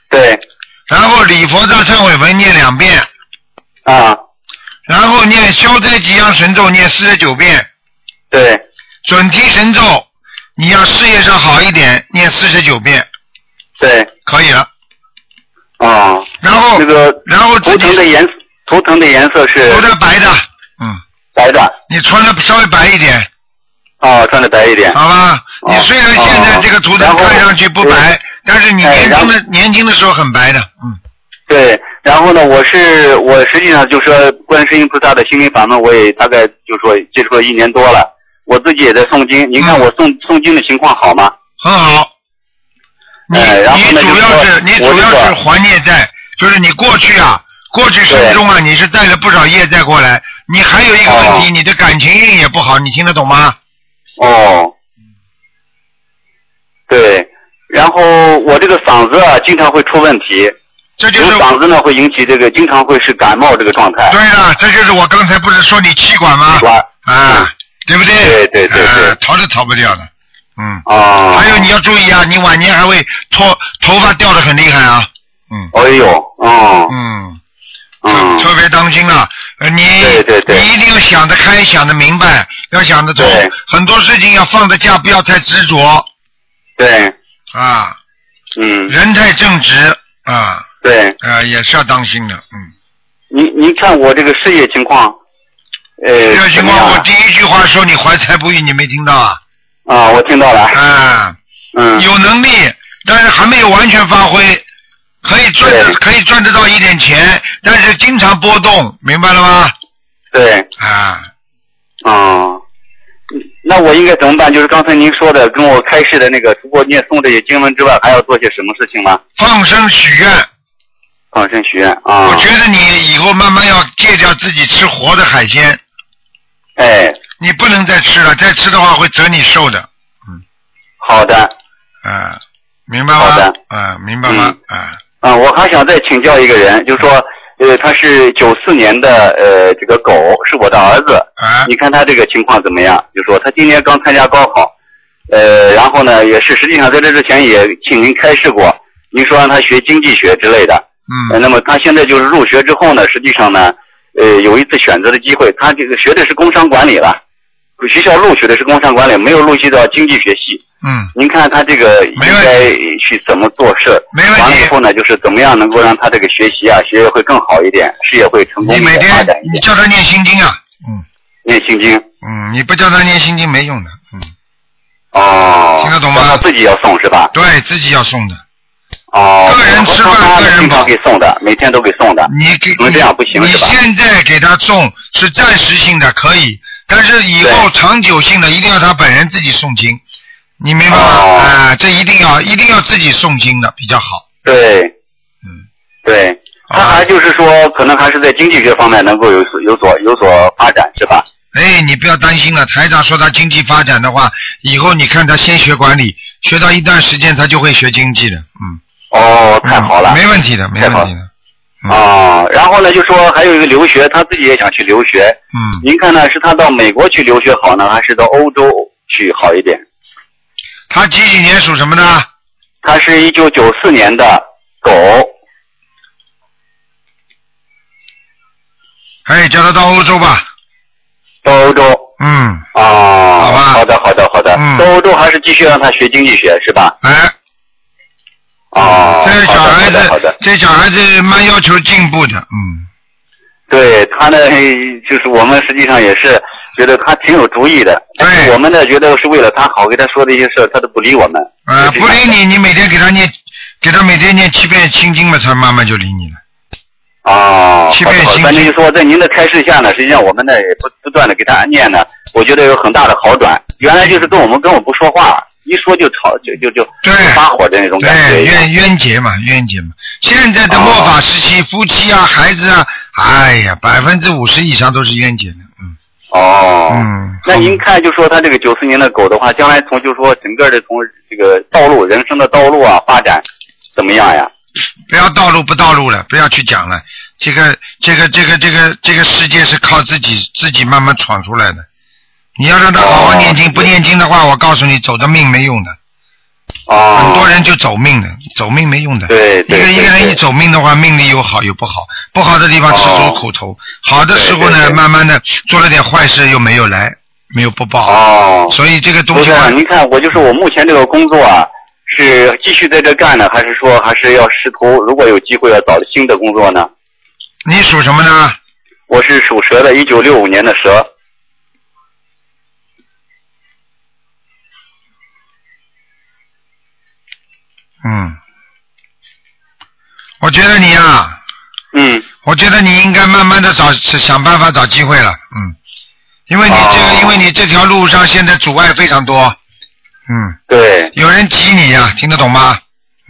[SPEAKER 10] 对。
[SPEAKER 1] 然后礼佛大忏悔文念两遍。
[SPEAKER 10] 啊。
[SPEAKER 1] 然后念消灾吉祥神咒念四十九遍。
[SPEAKER 10] 对。
[SPEAKER 1] 准提神咒，你要事业上好一点，念四十九遍。
[SPEAKER 10] 对，
[SPEAKER 1] 可以了。
[SPEAKER 10] 啊、
[SPEAKER 1] 然后
[SPEAKER 10] 那个，
[SPEAKER 1] 然后
[SPEAKER 10] 图腾的颜图腾的颜色是
[SPEAKER 1] 涂的白的，嗯，
[SPEAKER 10] 白的，
[SPEAKER 1] 你穿的稍微白一点，
[SPEAKER 10] 啊、穿的白一点，
[SPEAKER 1] 好吧？
[SPEAKER 10] 哦
[SPEAKER 1] 你虽然现在这个图
[SPEAKER 10] 然
[SPEAKER 1] 腾
[SPEAKER 10] 后
[SPEAKER 1] 看上去不白，但是你
[SPEAKER 10] 哎
[SPEAKER 1] 年轻的
[SPEAKER 10] 然
[SPEAKER 1] 年轻的时候很白的，嗯，
[SPEAKER 10] 对，然后呢，我是我实际上就说观世音菩萨的心灵法门，我也大概就说接触了一年多了，我自己也在诵经。您看
[SPEAKER 1] 嗯
[SPEAKER 10] 我诵、诵经的情况好吗？
[SPEAKER 1] 很好。你
[SPEAKER 10] 哎然后
[SPEAKER 1] 你
[SPEAKER 10] 呢
[SPEAKER 1] 主
[SPEAKER 10] 就
[SPEAKER 1] 要
[SPEAKER 10] 说
[SPEAKER 1] 是你
[SPEAKER 10] 我
[SPEAKER 1] 主
[SPEAKER 10] 这
[SPEAKER 1] 要
[SPEAKER 10] 个
[SPEAKER 1] 是还孽债，就是你过去啊，过去生中啊，你是带了不少业债过来。你还有一个问
[SPEAKER 10] 哦
[SPEAKER 1] 题，你的感情运也不好，你听得懂吗？
[SPEAKER 10] 哦，
[SPEAKER 1] 嗯
[SPEAKER 10] 对，然后我这个嗓子啊，经常会出问题，
[SPEAKER 1] 这就
[SPEAKER 10] 有
[SPEAKER 1] 是
[SPEAKER 10] 嗓子呢会引起这个，经常会是感冒这个状态。
[SPEAKER 1] 对了，这就是我刚才不是说你气管吗？
[SPEAKER 10] 是吧？
[SPEAKER 1] 啊，对不对？
[SPEAKER 10] 对对对对
[SPEAKER 1] 啊逃都逃不掉的。嗯，
[SPEAKER 10] 啊，
[SPEAKER 1] 还有你要注意啊，你晚年还会脱头发掉的很厉害啊。嗯
[SPEAKER 10] 哎呦，哦，
[SPEAKER 1] 嗯，
[SPEAKER 10] 嗯，
[SPEAKER 1] 特别当心啊，呃你
[SPEAKER 10] 对对对
[SPEAKER 1] 你一定要想得开，想得明白，要想得通
[SPEAKER 10] 对，
[SPEAKER 1] 很多事情要放得下，不要太执着
[SPEAKER 10] 对，
[SPEAKER 1] 啊，
[SPEAKER 10] 嗯，
[SPEAKER 1] 人太正直啊，
[SPEAKER 10] 对，
[SPEAKER 1] 呃，也是要当心的。嗯，
[SPEAKER 10] 您您看我这个事业情况，
[SPEAKER 1] 这
[SPEAKER 10] 呃，
[SPEAKER 1] 个
[SPEAKER 10] 怎
[SPEAKER 1] 情
[SPEAKER 10] 么
[SPEAKER 1] 况
[SPEAKER 10] 样
[SPEAKER 1] 我
[SPEAKER 10] 啊
[SPEAKER 1] 第一句话说你怀才不遇，你没听到啊？
[SPEAKER 10] 啊，我听到了，
[SPEAKER 1] 啊。
[SPEAKER 10] 嗯，
[SPEAKER 1] 有能力，但是还没有完全发挥，可以赚
[SPEAKER 10] 对
[SPEAKER 1] 可以赚得到一点钱，但是经常波动，明白了吗？
[SPEAKER 10] 对，
[SPEAKER 1] 啊，
[SPEAKER 10] 啊，那我应该怎么办？就是刚才您说的，跟我开示的那个，除过念诵这些经文之外，还要做些什么事情吗？
[SPEAKER 1] 放生许愿，
[SPEAKER 10] 放生许愿啊，
[SPEAKER 1] 我觉得你以后慢慢要戒掉自己吃活的海鲜，
[SPEAKER 10] 哎，
[SPEAKER 1] 你不能再吃了，再吃的话会折你寿的，
[SPEAKER 10] 好的，
[SPEAKER 1] 啊，明白
[SPEAKER 10] 好
[SPEAKER 1] 吗
[SPEAKER 10] 的？
[SPEAKER 1] 啊，明白吗？啊，
[SPEAKER 10] 啊，我还想再请教一个人，就
[SPEAKER 1] 嗯
[SPEAKER 10] 是说，呃，他是九四年的，呃，这个狗是我的儿子，
[SPEAKER 1] 啊，
[SPEAKER 10] 你看他这个情况怎么样？就说他今年刚参加高考，呃，然后呢，也是实际上在这之前也请您开示过，您说让他学经济学之类的。呃
[SPEAKER 1] 嗯，
[SPEAKER 10] 那么他现在就是入学之后呢，实际上呢，呃，有一次选择的机会，他这个学的是工商管理了，学校录取的是工商管理，没有录取到经济学系。
[SPEAKER 1] 嗯，
[SPEAKER 10] 您看他这个应
[SPEAKER 1] 没问题
[SPEAKER 10] 该去怎么做事？
[SPEAKER 1] 没问题
[SPEAKER 10] 完了以后呢，就是怎么样能够让他这个学习啊，学业会更好一点，事业会成功
[SPEAKER 1] 你
[SPEAKER 10] 一
[SPEAKER 1] 每
[SPEAKER 10] 点，发
[SPEAKER 1] 天
[SPEAKER 10] 展一
[SPEAKER 1] 你
[SPEAKER 10] 点。
[SPEAKER 1] 叫他念心经啊，嗯
[SPEAKER 10] 念心经
[SPEAKER 1] 嗯，你不叫他念心经没用的，嗯，
[SPEAKER 10] 哦，
[SPEAKER 1] 听得懂吗
[SPEAKER 10] 让他自己要送是吧？
[SPEAKER 1] 对自己要送的，
[SPEAKER 10] 哦，
[SPEAKER 1] 个人吃饭
[SPEAKER 10] 我说他
[SPEAKER 1] 个人
[SPEAKER 10] 经常
[SPEAKER 1] 饱
[SPEAKER 10] 给送的，每天都给送的。
[SPEAKER 1] 你给
[SPEAKER 10] 那这样不行
[SPEAKER 1] 你
[SPEAKER 10] 是吧
[SPEAKER 1] 现在给他送是暂时性的，可以，但是以后长久性的一定要他本人自己诵经，你明白吗？
[SPEAKER 10] 哦
[SPEAKER 1] 啊，这一定要一定要自己诵经的比较好。
[SPEAKER 10] 对，
[SPEAKER 1] 嗯，啊
[SPEAKER 10] 对，
[SPEAKER 1] 好
[SPEAKER 10] 他
[SPEAKER 1] 吧
[SPEAKER 10] 还就是说，可能还是在经济学方面能够有所有所有所发展，是吧？
[SPEAKER 1] 哎，你不要担心了，台长说他经济发展的话，以后你看他先学管理，学到一段时间他就会学经济的，嗯，
[SPEAKER 10] 哦，太好
[SPEAKER 1] 嗯，
[SPEAKER 10] 了
[SPEAKER 1] 没问题的，没
[SPEAKER 10] 太好
[SPEAKER 1] 问题的，嗯
[SPEAKER 10] 啊、然后呢，就说还有一个留学，他自己也想去留学。
[SPEAKER 1] 嗯，
[SPEAKER 10] 您看呢，是他到美国去留学好呢，还是到欧洲去好一点？
[SPEAKER 1] 他几几年属什么的？
[SPEAKER 10] 他是一九九四年的狗，
[SPEAKER 1] 哎，叫他到欧洲吧，
[SPEAKER 10] 到欧洲。
[SPEAKER 1] 嗯，
[SPEAKER 10] 啊、
[SPEAKER 1] 好吧
[SPEAKER 10] 好的，好的，好的。
[SPEAKER 1] 嗯
[SPEAKER 10] 到欧洲还是继续让他学经济学，是吧？
[SPEAKER 1] 哎。
[SPEAKER 10] 啊、
[SPEAKER 1] 这小
[SPEAKER 10] 好的，
[SPEAKER 1] 孩
[SPEAKER 10] 好
[SPEAKER 1] 子
[SPEAKER 10] 的，好的。，
[SPEAKER 1] 这小孩子蛮要求进步的，嗯，
[SPEAKER 10] 对他呢， 就是我们实际上也是觉得他挺有主意的，但是我们呢觉得是为了他好，给他说的一些事儿，他都不理我们。
[SPEAKER 1] 呃，
[SPEAKER 10] 就
[SPEAKER 1] 不
[SPEAKER 10] 这样
[SPEAKER 1] 理你，你每天给他念给他每天念七遍心经嘛，他妈妈就理你了。
[SPEAKER 10] 哦，
[SPEAKER 1] 欺
[SPEAKER 10] 好
[SPEAKER 1] 骗
[SPEAKER 10] 的好的
[SPEAKER 1] 心
[SPEAKER 10] 反正
[SPEAKER 1] 机
[SPEAKER 10] 就是说，在您的开示下呢，实际上我们呢也不不断的给他念呢，我觉得有很大的好转。原来就是跟我们根本不说话，一说就吵，就就就
[SPEAKER 1] 对
[SPEAKER 10] 发火的那种感
[SPEAKER 1] 对，
[SPEAKER 10] 觉。
[SPEAKER 1] 冤冤结嘛，冤结嘛。现在的末法时
[SPEAKER 10] 哦
[SPEAKER 1] 期，夫妻啊、孩子啊，哎呀，百分之五十以上都是冤结的。嗯
[SPEAKER 10] 哦，
[SPEAKER 1] 嗯，
[SPEAKER 10] 那您看，就说他这个九四年的狗的话，将来从就说整个的从这个道路、人生的道路啊发展怎么样呀？
[SPEAKER 1] 不要道路不道路了，不要去讲了。这个这个这个这个这个世界是靠自己自己慢慢闯出来的。你要让他好好念经，不念经的话，我告诉你，走的命没用的。
[SPEAKER 10] 哦，
[SPEAKER 1] 很多人就走命的，走命没用的。
[SPEAKER 10] 对
[SPEAKER 1] 一
[SPEAKER 10] 对
[SPEAKER 1] 个一个
[SPEAKER 10] 对
[SPEAKER 1] 人
[SPEAKER 10] 对哦
[SPEAKER 1] 一走命的话，命里有好有不好，不好的地方吃足苦头，好的时候
[SPEAKER 10] 对对
[SPEAKER 1] 呢，
[SPEAKER 10] 对
[SPEAKER 1] 慢慢的做了点坏事又没有来，没有不报，
[SPEAKER 10] 哦，
[SPEAKER 1] 所以这个东
[SPEAKER 10] 卢
[SPEAKER 1] 西啊
[SPEAKER 10] 先
[SPEAKER 1] 嘛
[SPEAKER 10] 生，您看我就是啊我目前这个工作啊，是继续在这干呢，还是说还是要试图如果有机会要找新的工作呢？
[SPEAKER 1] 你属什么呢？
[SPEAKER 10] 我是属蛇的，一九六五年的蛇。
[SPEAKER 1] 嗯，我觉得你呀、
[SPEAKER 10] 嗯，
[SPEAKER 1] 我觉得你应该慢慢的找想办法找机会了，嗯，因为你这个，
[SPEAKER 10] 哦
[SPEAKER 1] 因为你这条路上现在阻碍非常多，嗯，
[SPEAKER 10] 对
[SPEAKER 1] 有人挤你呀、听得懂吗？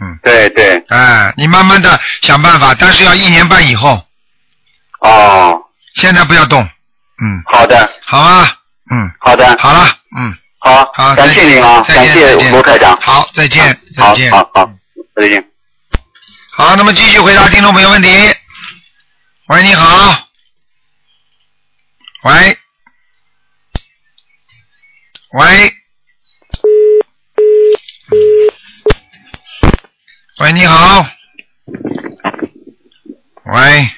[SPEAKER 1] 嗯
[SPEAKER 10] 对对，
[SPEAKER 1] 哎，你慢慢的想办法，但是要一年半以后，
[SPEAKER 10] 哦，
[SPEAKER 1] 现在不要动，嗯，
[SPEAKER 10] 好的
[SPEAKER 1] 好啊，嗯，
[SPEAKER 10] 好的，
[SPEAKER 1] 好了，嗯，
[SPEAKER 10] 好，
[SPEAKER 1] 好，
[SPEAKER 10] 感
[SPEAKER 1] 再
[SPEAKER 10] 谢
[SPEAKER 1] 见
[SPEAKER 10] 您啊，
[SPEAKER 1] 再
[SPEAKER 10] 感
[SPEAKER 1] 见
[SPEAKER 10] 谢
[SPEAKER 1] 再见
[SPEAKER 10] 罗台长，
[SPEAKER 1] 好，再见，再
[SPEAKER 10] 好
[SPEAKER 1] 见，
[SPEAKER 10] 好好，再见。
[SPEAKER 1] 好，那么继续回答听众朋友问题。喂，你好。喂，喂，喂，你好。喂，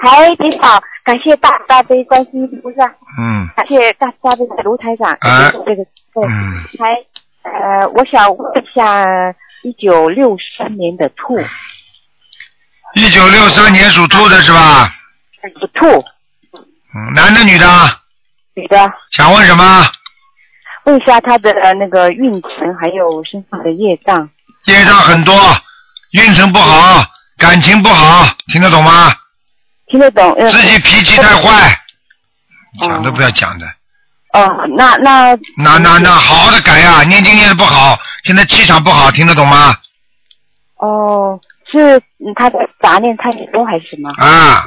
[SPEAKER 11] 嗨，你好，感谢大慈大悲观世音菩萨，
[SPEAKER 1] 嗯
[SPEAKER 11] 感谢大慈大悲的卢台长。
[SPEAKER 1] 啊
[SPEAKER 11] 这个对，
[SPEAKER 1] 嗯，
[SPEAKER 11] 还呃，我想问一下，一九六三年的兔，
[SPEAKER 1] 一九六三年属兔的是吧？
[SPEAKER 11] 兔
[SPEAKER 1] 嗯，男的女的？
[SPEAKER 11] 女的，
[SPEAKER 1] 想问什么？
[SPEAKER 11] 问一下她的呃那个运程，还有身上的业障。
[SPEAKER 1] 业障很多，运程不好，感情不好，听得懂吗？
[SPEAKER 11] 听得懂？呃
[SPEAKER 1] 自己脾气太坏，
[SPEAKER 11] 哦
[SPEAKER 1] 讲都不要讲的。
[SPEAKER 11] 哦，那那
[SPEAKER 1] 那那那，好好的改呀、念经念的不好，现在气场不好，听得懂吗？
[SPEAKER 11] 哦，是嗯她的杂念太多还是什么？
[SPEAKER 1] 啊，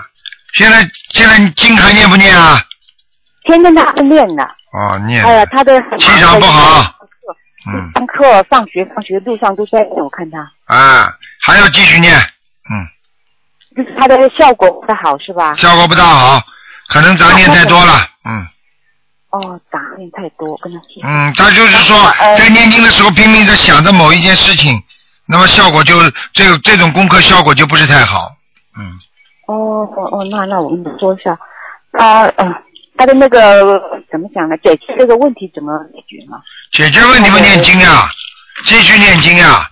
[SPEAKER 1] 现在现在你经还念不念啊？
[SPEAKER 11] 天天她练呢，
[SPEAKER 1] 哦，念。
[SPEAKER 11] 哎呀，她的
[SPEAKER 1] 气场不好。嗯
[SPEAKER 11] 上课、上学、放学路上都在练，我看她。
[SPEAKER 1] 啊，还要继续念，
[SPEAKER 11] 啊
[SPEAKER 1] 嗯，
[SPEAKER 11] 就是它的效果不太好是吧？
[SPEAKER 1] 效果不大好，可能杂念太多了，嗯
[SPEAKER 11] 哦，杂念太多，跟他谢谢。
[SPEAKER 1] 嗯，他就是说
[SPEAKER 11] 呃
[SPEAKER 1] 在念经的时候拼命在想着某一件事情，那么效果就这个这种功课效果就不是太好，嗯，
[SPEAKER 11] 哦哦哦，那那我跟你说一下，他嗯、呃，他的那个怎么讲呢？解决这个问题怎么解决嘛？
[SPEAKER 1] 解决问题不念经
[SPEAKER 11] 哦
[SPEAKER 1] 啊，继续念经啊，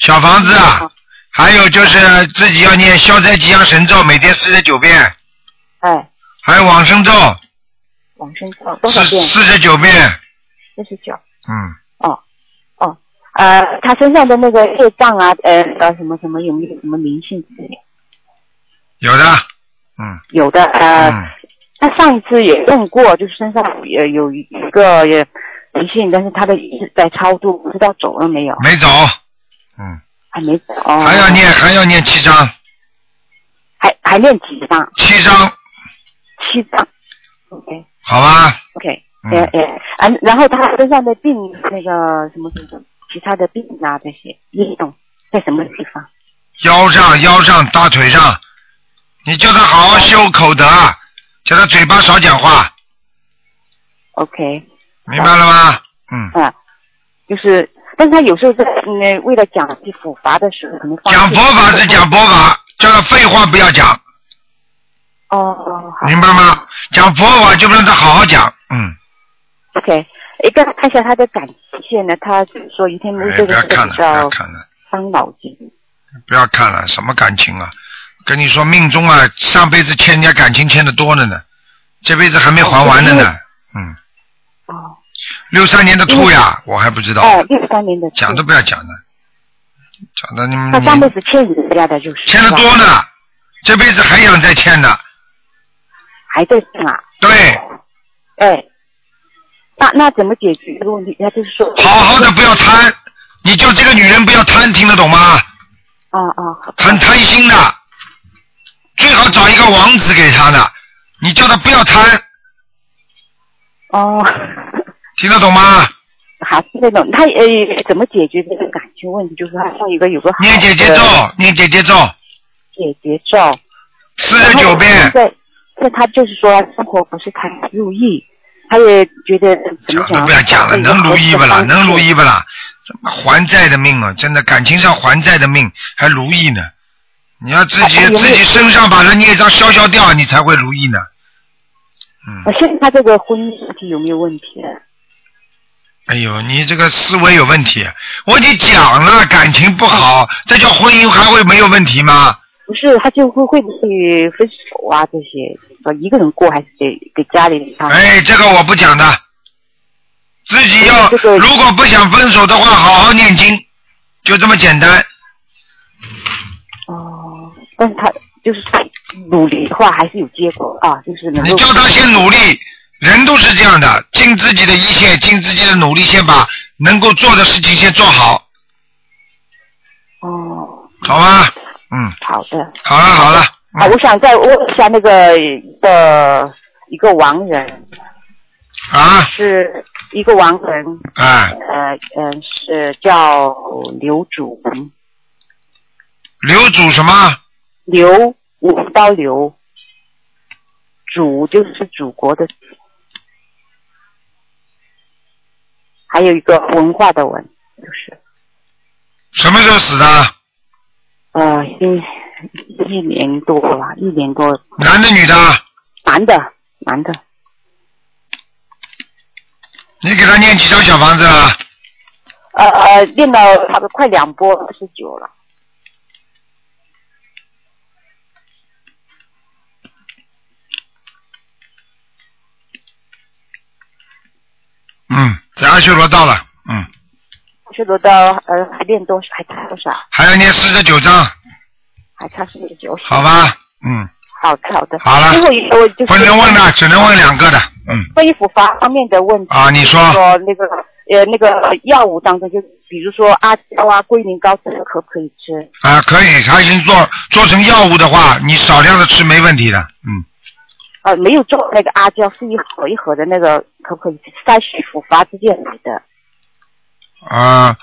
[SPEAKER 1] 小房子啊，还有就是自己要念消灾吉祥神咒，每天四十九遍，
[SPEAKER 11] 哎，
[SPEAKER 1] 还有往生咒
[SPEAKER 11] 往生咒多少
[SPEAKER 1] 四
[SPEAKER 11] 遍？
[SPEAKER 1] 四十九遍，
[SPEAKER 11] 四十九。
[SPEAKER 1] 嗯，
[SPEAKER 11] 哦呃，他身上的那个业障啊，呃呃，什么什么有没有什么灵性之类的？
[SPEAKER 1] 有的，嗯
[SPEAKER 11] 有的，呃，
[SPEAKER 1] 嗯，
[SPEAKER 11] 他上一次也问过，就是身上也有一个呃也灵性，但是他的一直在超度，不知道走了没有？
[SPEAKER 1] 没走，嗯，
[SPEAKER 11] 还没走。哦、
[SPEAKER 1] 还要念还要念七章，
[SPEAKER 11] 还还练几张？
[SPEAKER 1] 七章，
[SPEAKER 11] 七张。OK
[SPEAKER 1] 好吧，
[SPEAKER 11] OK，
[SPEAKER 1] 嗯
[SPEAKER 11] 呃呃，啊，然后他身上的病，那个什么什么其他的病啊，这些运动在什么地方？
[SPEAKER 1] 腰上腰上大腿上，你叫他好好修口德，啊叫他嘴巴少讲话，
[SPEAKER 11] OK，
[SPEAKER 1] 明白了
[SPEAKER 11] 哦
[SPEAKER 1] 吗？嗯，
[SPEAKER 11] 啊，就是，但是他有时候在嗯，为了讲佛法的时候，可能放
[SPEAKER 1] 讲佛法是讲佛法，叫他废话不要讲。
[SPEAKER 11] 哦哦好
[SPEAKER 1] 明白吗？讲佛法就不让他好好讲，嗯，
[SPEAKER 11] OK，一个看一下他的感情线呢，他就是说一天没
[SPEAKER 1] 哎，
[SPEAKER 11] 这
[SPEAKER 1] 不
[SPEAKER 11] 个
[SPEAKER 1] 要
[SPEAKER 11] 事
[SPEAKER 1] 看了，
[SPEAKER 11] 比
[SPEAKER 1] 不要
[SPEAKER 11] 较
[SPEAKER 1] 看了，
[SPEAKER 11] 伤脑筋。
[SPEAKER 1] 不要看了，什么感情啊？跟你说，命中啊，上辈子欠人家感情欠的多了呢，这辈子还没还完了呢，嗯，
[SPEAKER 11] 哦，嗯
[SPEAKER 1] 六三年的兔呀，我还不知道，
[SPEAKER 11] 哦，六三年的
[SPEAKER 1] 讲都不要讲了，讲的你们
[SPEAKER 11] 他上辈子欠人家的就是
[SPEAKER 1] 欠的多呢，这辈子还想再欠呢。
[SPEAKER 11] 还在欠啊？
[SPEAKER 1] 对，
[SPEAKER 11] 哎，那那怎么解决这个问题？他就是说，
[SPEAKER 1] 好好的不要贪，你就这个女人不要贪，听得懂吗？
[SPEAKER 11] 啊啊，
[SPEAKER 1] 很贪心的，最好找一个王子给她的，你叫她不要贪，
[SPEAKER 11] 哦，
[SPEAKER 1] 听得懂吗？
[SPEAKER 11] 还是那种他呃怎么解决这个感情问题？就是他要一个有个好
[SPEAKER 1] 念姐姐咒，念姐姐咒
[SPEAKER 11] 解决咒，
[SPEAKER 1] 四十九遍，
[SPEAKER 11] 对，这他就是说生活不是太如意，他也觉得怎么讲？
[SPEAKER 1] 不要讲了，能如意啊不啦？能如意不啦？怎么还债的命啊？真的，感情上还债的命还如意呢？你要自己
[SPEAKER 11] 哎哎有没有
[SPEAKER 1] 自己身上把那孽障消消掉，你才会如意呢。
[SPEAKER 11] 呃。现在他这个婚姻问题有没有问题？
[SPEAKER 1] 哎呦，你这个思维有问题！啊我已经讲了，感情不好，这叫婚姻还会没有问题吗？
[SPEAKER 11] 不是，他就会会不会分手啊？这些呃一个人过还是给给家里人看？
[SPEAKER 1] 哎，这个我不讲的，自己要
[SPEAKER 11] 这个
[SPEAKER 1] 如果不想分手的话，好好念经，就这么简单。
[SPEAKER 11] 哦，但是他就是他努力的话还是有结果啊，就是能
[SPEAKER 1] 你
[SPEAKER 11] 够。
[SPEAKER 1] 叫他先努力，人都是这样的，尽自己的一切，尽自己的努力，先把能够做的事情先做好，
[SPEAKER 11] 哦，
[SPEAKER 1] 好吗？嗯，
[SPEAKER 11] 好的。
[SPEAKER 1] 好了好了，
[SPEAKER 11] 啊，
[SPEAKER 1] 嗯
[SPEAKER 11] 我想再问一下那个一个一个亡人，
[SPEAKER 1] 啊，
[SPEAKER 11] 是一个亡人，
[SPEAKER 1] 哎，
[SPEAKER 11] 呃呃，是叫刘祖文，
[SPEAKER 1] 刘主什么？
[SPEAKER 11] 刘五刀刘，祖就是祖国的祖，还有一个文化的文，就是
[SPEAKER 1] 什么时候死的？
[SPEAKER 11] 呃一一年多吧，一年多，
[SPEAKER 1] 男的啊女的？
[SPEAKER 11] 男的男的，
[SPEAKER 1] 你给他念几张小房子了？
[SPEAKER 11] 呃呃，练到差不多快两波二十九了。
[SPEAKER 1] 嗯，在阿修罗到了，嗯，
[SPEAKER 11] 这个到呃还练多少？还差多少？
[SPEAKER 1] 还要念四十九章，
[SPEAKER 11] 还差四十九。
[SPEAKER 1] 好？吧？嗯，
[SPEAKER 11] 好的，好的。
[SPEAKER 1] 好了
[SPEAKER 11] 最后一个问就是
[SPEAKER 1] 不能问的，只能问两个的，嗯，
[SPEAKER 11] 关于复发方面的问题。
[SPEAKER 1] 啊，你说，
[SPEAKER 11] 说那个呃那个药物当中，就比如说阿胶啊、龟苓膏，这个可不可以吃？
[SPEAKER 1] 啊，可以，他已经做做成药物的话，你少量的吃没问题的，嗯，
[SPEAKER 11] 呃，没有做那个阿胶，是一盒一盒的那个，可不可以吃？在复发之间买的。
[SPEAKER 1] 啊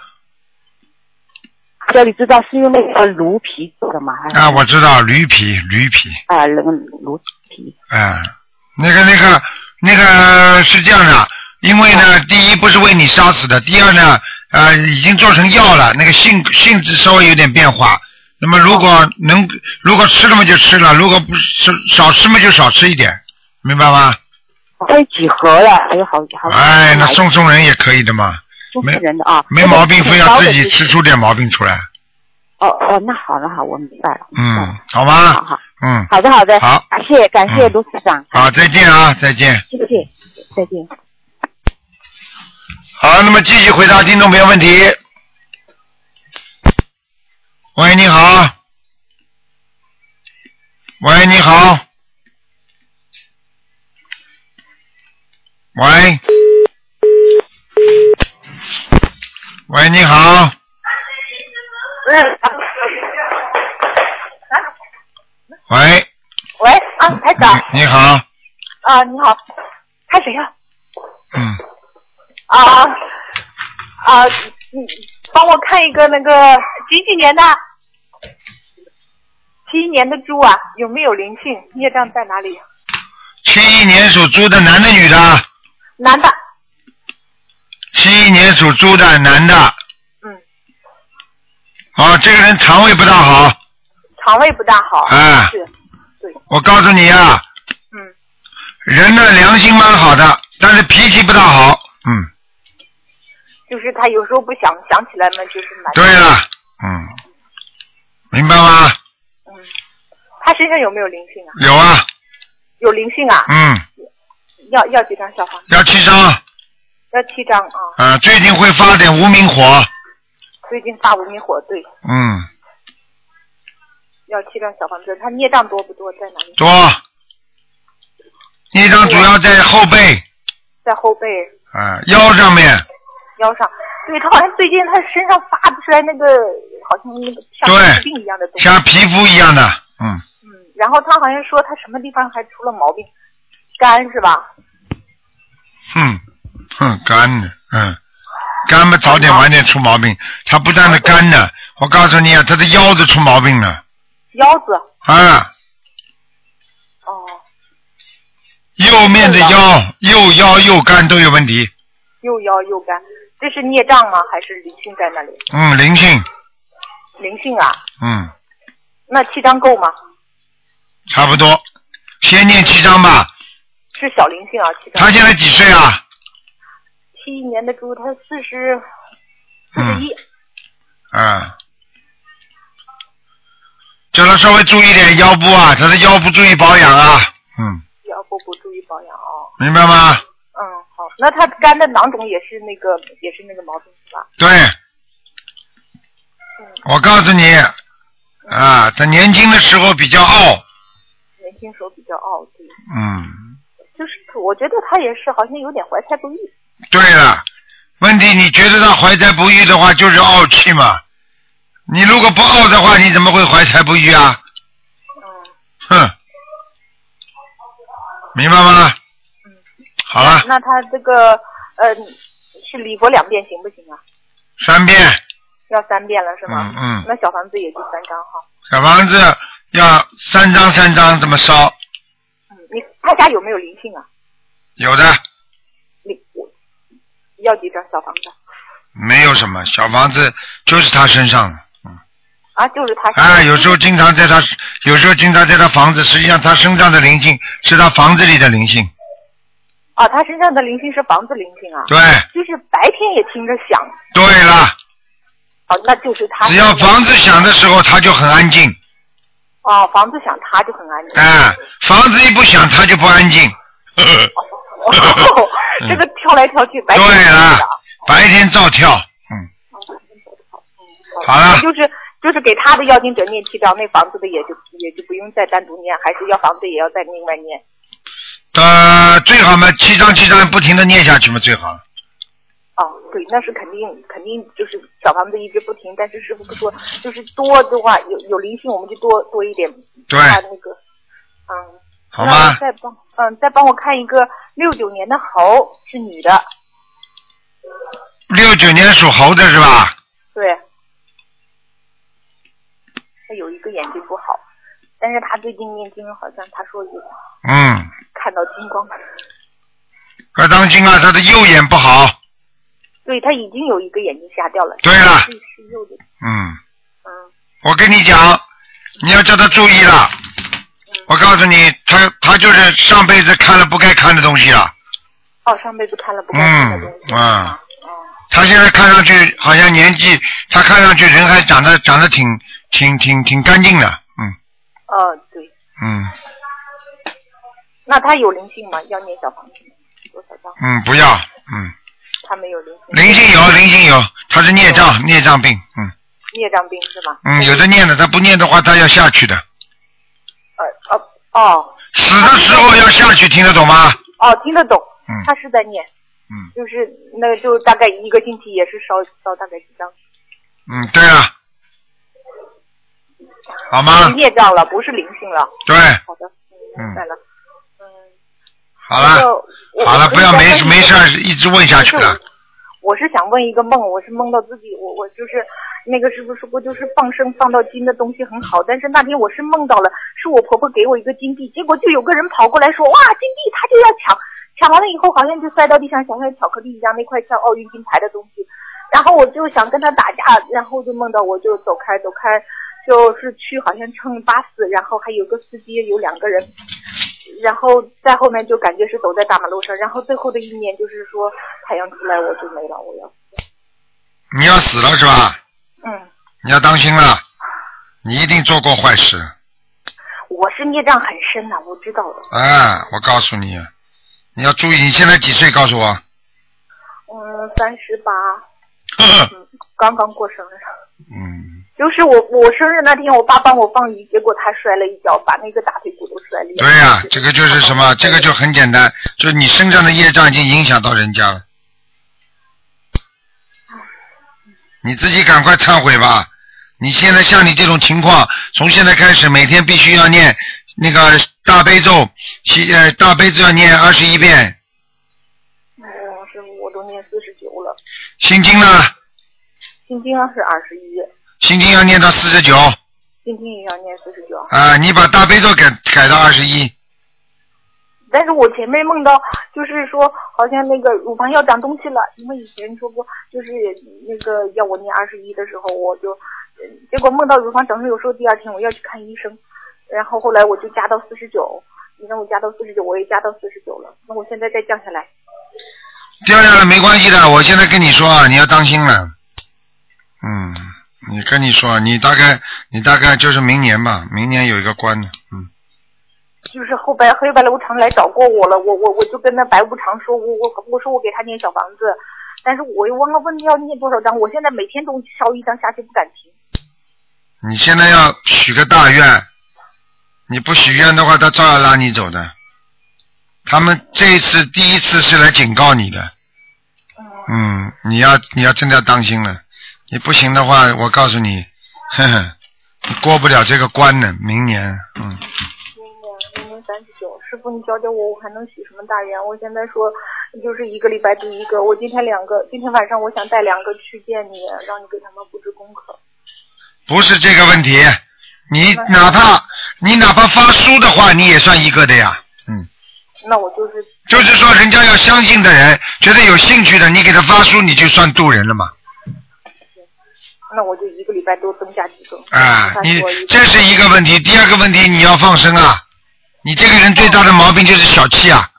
[SPEAKER 11] 阿胶你知道是用那个驴皮做的吗？还是
[SPEAKER 1] 啊，我知道驴皮，驴皮，
[SPEAKER 11] 啊，那个驴皮。
[SPEAKER 1] 啊，那个那个那个是这样的，因为呢，第一不是为你杀死的，第二呢，呃，已经做成药了，那个性性质稍微有点变化。那么如果能如果吃了嘛就吃了，如果不吃少吃嘛就少吃一点，明白吗？
[SPEAKER 11] 还
[SPEAKER 3] 哎
[SPEAKER 11] 有几盒了，还有好好。
[SPEAKER 1] 哎，那送送人也可以的嘛，
[SPEAKER 11] 中
[SPEAKER 1] 没
[SPEAKER 11] 国人的啊，
[SPEAKER 1] 没毛病，非要自己吃
[SPEAKER 11] 出。
[SPEAKER 1] 出点毛病出来，
[SPEAKER 11] 哦哦，那好了好，我明白了。明白
[SPEAKER 1] 嗯
[SPEAKER 11] 了，，
[SPEAKER 1] 好
[SPEAKER 11] 好
[SPEAKER 1] 吗？
[SPEAKER 11] 好
[SPEAKER 1] 嗯，
[SPEAKER 11] 好的好的，
[SPEAKER 1] 好
[SPEAKER 11] 感谢感谢
[SPEAKER 1] 嗯
[SPEAKER 11] 卢市长，
[SPEAKER 1] 好，再见啊，再见。
[SPEAKER 11] 谢谢，再见。
[SPEAKER 1] 好，那么继续回答听众朋友问题。喂，你好。喂，你好。喂。喂，你好。喂，
[SPEAKER 6] 喂啊，台长
[SPEAKER 1] 你你好，
[SPEAKER 6] 啊，你好，开始呀
[SPEAKER 1] 嗯，
[SPEAKER 6] 啊啊，你帮我看一个那个几几年的，七一年的猪啊，有没有灵性？孽障在哪里？
[SPEAKER 1] 七一年属猪的男的女的？
[SPEAKER 6] 男的，
[SPEAKER 1] 七一年属猪的男的。
[SPEAKER 6] 嗯。
[SPEAKER 1] 啊，这个人肠胃不大好，
[SPEAKER 6] 肠胃不大好，
[SPEAKER 1] 哎
[SPEAKER 6] 是，
[SPEAKER 1] 我告诉你啊，
[SPEAKER 6] 嗯，
[SPEAKER 1] 人的良心蛮好的，但是脾气不大好。嗯，
[SPEAKER 6] 就是他有时候不想想起来嘛，就是难。
[SPEAKER 1] 对了，嗯，明白吗？
[SPEAKER 6] 他身上有没有灵性啊？
[SPEAKER 1] 有啊，
[SPEAKER 6] 有灵性啊，
[SPEAKER 1] 嗯，
[SPEAKER 6] 要要几张小房子？
[SPEAKER 1] 要七张，
[SPEAKER 6] 要七张啊，
[SPEAKER 1] 啊，最近会发点无名火，
[SPEAKER 6] 最近发无名火，对，
[SPEAKER 1] 嗯，
[SPEAKER 6] 要七张小房子，他孽障多不多，在哪里？
[SPEAKER 1] 多。一张主要在后背
[SPEAKER 6] 在后背、
[SPEAKER 1] 啊、腰上面，
[SPEAKER 6] 腰上。对他好像最近他身上发不出来那个，好像那个像
[SPEAKER 1] 对
[SPEAKER 6] 皮肤病一样的东西。
[SPEAKER 1] 像皮肤一样的，嗯，
[SPEAKER 6] 然后他好像说他什么地方还出了毛病，肝是吧？
[SPEAKER 1] 哼，哼，肝的，嗯，肝嘛早点晚点出毛病，他不但是肝呢，我告诉你啊，他的腰子出毛病了
[SPEAKER 6] 腰子
[SPEAKER 1] 啊。
[SPEAKER 6] 哦
[SPEAKER 1] 右面的腰，右腰右肝都有问题，
[SPEAKER 6] 右腰右肝，这是孽障吗？还是灵性在那里？
[SPEAKER 1] 嗯，灵性，
[SPEAKER 6] 灵性啊，
[SPEAKER 1] 嗯，
[SPEAKER 6] 那七张够吗？
[SPEAKER 1] 差不多，先念七章吧。
[SPEAKER 6] 是小灵性啊，七张。
[SPEAKER 1] 他现在几岁？啊？
[SPEAKER 6] 七一年的猪，他四十四十
[SPEAKER 1] 嗯
[SPEAKER 6] 一。
[SPEAKER 1] 啊，叫他稍微注意点腰部啊，他的腰部注意保养啊，
[SPEAKER 6] 要不不注意保养哦。
[SPEAKER 1] 明白吗？
[SPEAKER 6] 嗯，好，那他肝的囊肿也是那个也是那个毛病是吧？
[SPEAKER 1] 对，我告诉你，啊，他年轻的时候比较傲，
[SPEAKER 6] 年轻时候比较傲，对，
[SPEAKER 1] 嗯，
[SPEAKER 6] 就是我觉得他也是好像有点怀才不遇。
[SPEAKER 1] 对了，问题你觉得他怀才不遇的话，就是傲气嘛。你如果不傲的话，你怎么会怀才不遇啊？哼，明白吗？好啊了，
[SPEAKER 6] 那他这个呃是礼佛两遍行不行啊？
[SPEAKER 1] 三遍
[SPEAKER 6] 要三遍了是吗？
[SPEAKER 1] 嗯嗯
[SPEAKER 6] 那小房子也就三张哈。
[SPEAKER 1] 小房子要三张三张这么烧，
[SPEAKER 6] 嗯，你他家有没有灵性啊？
[SPEAKER 1] 有的
[SPEAKER 6] 灵我要几张小房子
[SPEAKER 1] 没有什么小房子就是他身上的。
[SPEAKER 6] 啊？就是他。
[SPEAKER 1] 啊，有时候经常在他，有时候经常在他房子，实际上他身上的灵性是他房子里的灵性。
[SPEAKER 6] 啊，他身上的灵性是房子灵性啊。
[SPEAKER 1] 对。
[SPEAKER 6] 就是白天也听着响，
[SPEAKER 1] 对了，
[SPEAKER 6] 哦，那就是他。
[SPEAKER 1] 只要房子响的时候，他就很安静。
[SPEAKER 6] 哦，房子响他就很安 静。
[SPEAKER 1] 啊，房子一不响，他就不安 静。呵呵
[SPEAKER 6] 哦，这个跳来跳去，白
[SPEAKER 1] 嗯
[SPEAKER 6] 天
[SPEAKER 1] 对啊了，白天照跳。嗯好了
[SPEAKER 6] 就是就是给他的要经者念七章，那房子的也就也就不用再单独念，还是要房子也要再另外念。
[SPEAKER 1] 呃，最好嘛，七张七张不停的念下去嘛，最好了。
[SPEAKER 6] 哦，对，那是肯定肯定就是小房子一直不停，但是师傅不说，就是多的话有有灵性我们就多多一点，
[SPEAKER 1] 对
[SPEAKER 6] 怕那个，嗯，
[SPEAKER 1] 好
[SPEAKER 6] 那
[SPEAKER 1] 吗？
[SPEAKER 6] 再帮嗯再帮我看一个六九年的猴是女的，
[SPEAKER 1] 六九年属猴的是吧？
[SPEAKER 6] 对，她有一个眼睛不好，但是她最近念经好像她说有
[SPEAKER 1] 嗯，
[SPEAKER 6] 看到金光，
[SPEAKER 1] 要当心啊，他的右眼不好。
[SPEAKER 6] 对她已经有一个眼睛瞎掉了，
[SPEAKER 1] 对了
[SPEAKER 6] 是是右的，
[SPEAKER 1] 嗯，我跟你讲，你要叫他注意了。我告诉你，他他就是上辈子看了不该看的东西了。
[SPEAKER 6] 哦上辈子看了不该看的东
[SPEAKER 1] 嗯
[SPEAKER 6] 西
[SPEAKER 1] 啊，他现在看上去好像年纪，他看上去人还长得长得挺挺挺挺干净的。嗯
[SPEAKER 6] 哦对，
[SPEAKER 1] 嗯
[SPEAKER 6] 那她有灵性吗？要念小房子吗多少张？
[SPEAKER 1] 嗯，不要嗯，
[SPEAKER 6] 他没有灵性。
[SPEAKER 1] 灵性有灵性有，他是孽障孽障病。嗯
[SPEAKER 6] 孽障病是吗？
[SPEAKER 1] 嗯，有的念的，他不念的话，他要下去的。
[SPEAKER 6] 呃呃哦
[SPEAKER 1] 死的时候要下去，听得懂吗？
[SPEAKER 6] 哦，听得懂。
[SPEAKER 1] 嗯
[SPEAKER 6] 他是在念。
[SPEAKER 1] 嗯。
[SPEAKER 6] 就是那个就大概一个星期也是烧烧大概几张。
[SPEAKER 1] 嗯，对了，好吗
[SPEAKER 6] 是？孽障了，不是灵性了。
[SPEAKER 1] 对，
[SPEAKER 6] 好的，明
[SPEAKER 1] 嗯
[SPEAKER 6] 白，了。
[SPEAKER 1] 好了，
[SPEAKER 6] 我
[SPEAKER 1] 好了，
[SPEAKER 6] 我
[SPEAKER 1] 不要
[SPEAKER 6] 我
[SPEAKER 1] 没
[SPEAKER 6] 再问一个
[SPEAKER 1] 没事儿一直问下去了。
[SPEAKER 6] 我是想问一个梦，我是梦到自己，我我就是那个师傅说过，就是放生放到金的东西很好，但是那天我是梦到了，是我婆婆给我一个金币，结果就有个人跑过来说，哇，金币他就要抢，抢完了以后好像就摔到地上，像块巧克力一样，那块像奥运金牌的东西，然后我就想跟他打架，然后就梦到我就走开走开，就是去好像乘巴士，然后还有个司机，有两个人，然后再后面就感觉是走在大马路上，然后最后的意念就是说太阳出来我就没了，我要
[SPEAKER 1] 你要死了是吧？
[SPEAKER 6] 嗯，
[SPEAKER 1] 你要当心了，你一定做过坏事
[SPEAKER 6] 我是孽障很深呐、我知道的。
[SPEAKER 1] 啊！我告诉你，你要注意。你现在几岁？告诉我，
[SPEAKER 6] 嗯，三十八，刚刚过生日。
[SPEAKER 1] 嗯，
[SPEAKER 6] 就是我我生日那天，我爸帮我放鱼，结果他摔了一跤，把那个大腿骨头摔裂。
[SPEAKER 1] 对呀、这个就是什么？这个就很简单，就是你身上的业障已经影响到人家了。你自己赶快忏悔吧！你现在像你这种情况，从现在开始每天必须要念那个大悲咒，其呃大悲咒要念二十一遍，
[SPEAKER 6] 嗯，师傅，我都念四十九了，
[SPEAKER 1] 心经呢，
[SPEAKER 6] 心经是二十一，
[SPEAKER 1] 心经要念到四十九
[SPEAKER 6] 心经也要念四十九。
[SPEAKER 1] 啊，你把大悲咒改改到二十一，
[SPEAKER 6] 但是我前面梦到，就是说好像那个乳房要长东西了，因为以前说过，就是那个要我念二十一的时候，我就，呃结果梦到乳房长了，有时候第二天我要去看医生，然后后来我就加到四十九，你让我加到四十九，我也加到四十九了，那我现在再降下来，
[SPEAKER 1] 掉下来没关系的。我现在跟你说啊，你要当心了。嗯，你跟你说，你大概你大概就是明年吧，明年有一个关的，嗯，
[SPEAKER 6] 就是后白黑白无常来找过我了，我我我就跟那白无常说，我我我说我给他念小房子，但是我又忘了问要念多少张，我现在每天都烧一张下去不敢停。
[SPEAKER 1] 你现在要许个大愿，你不许愿的话，他照样拉你走的。他们这一次第一次是来警告你的，嗯，你要你要真的要当心了，你不行的话，我告诉你，呵呵，你过不了这个关呢，明年，嗯，
[SPEAKER 6] 明年三十九，师傅你教教我，我还能许什么大愿？我现在说就是一个礼拜读一个，我今天两个，今天晚上我想带两个去见你，让你给他们布置功课。
[SPEAKER 1] 不是这个问题，你哪怕你哪怕发书的话，你也算一个的呀，嗯。
[SPEAKER 6] 那我就是
[SPEAKER 1] 就是说，人家要相信的人，觉得有兴趣的，你给他发书，你就算渡人了嘛。
[SPEAKER 6] 那我就一个礼拜多增加几个。
[SPEAKER 1] 啊，
[SPEAKER 6] 但
[SPEAKER 1] 你
[SPEAKER 6] 我一
[SPEAKER 1] 这是一个问题。第二个问题，你要放生啊。你这个人最大的毛病就是小气啊。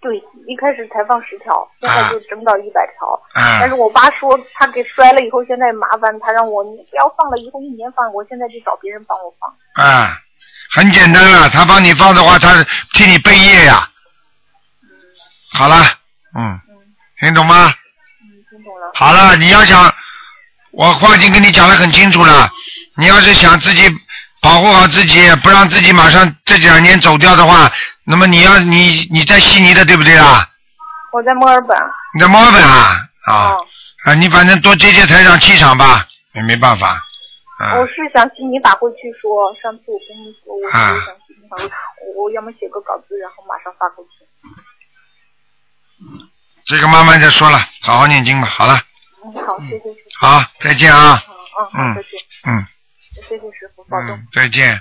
[SPEAKER 6] 对，一开始才放十条，现在就整到一百条。
[SPEAKER 1] 啊
[SPEAKER 6] 但是我爸说他给摔了以后，现在麻烦他让我你不要放了，以后一年放，我现在就找别人帮我放。
[SPEAKER 1] 啊，很简单了，他帮你放的话，他替你背业呀、好了，嗯，听懂吗？好了，你要想，我话已经跟你讲的很清楚了。你要是想自己保护好自己，不让自己马上这两年走掉的话，那么你要你你在悉尼的对不对啊？
[SPEAKER 6] 我在墨尔本，
[SPEAKER 1] 你在墨尔本啊啊、
[SPEAKER 2] 哦
[SPEAKER 1] 啊！你反正多接接台长气场吧，也没办法。啊
[SPEAKER 2] 哦
[SPEAKER 6] 我是想请你打过去说，上次我跟你说，我是
[SPEAKER 1] 啊
[SPEAKER 6] 想请你打过去，我我要么写个稿子，然后马上发过去。
[SPEAKER 1] 这个慢慢再说了，好好念经吧。好了，
[SPEAKER 6] 嗯，好，谢谢师傅。
[SPEAKER 1] 好，再见啊，
[SPEAKER 2] 哦
[SPEAKER 6] 嗯
[SPEAKER 1] 嗯
[SPEAKER 6] 嗯，再见。
[SPEAKER 1] 嗯，
[SPEAKER 6] 谢谢师傅，保重。
[SPEAKER 1] 再见。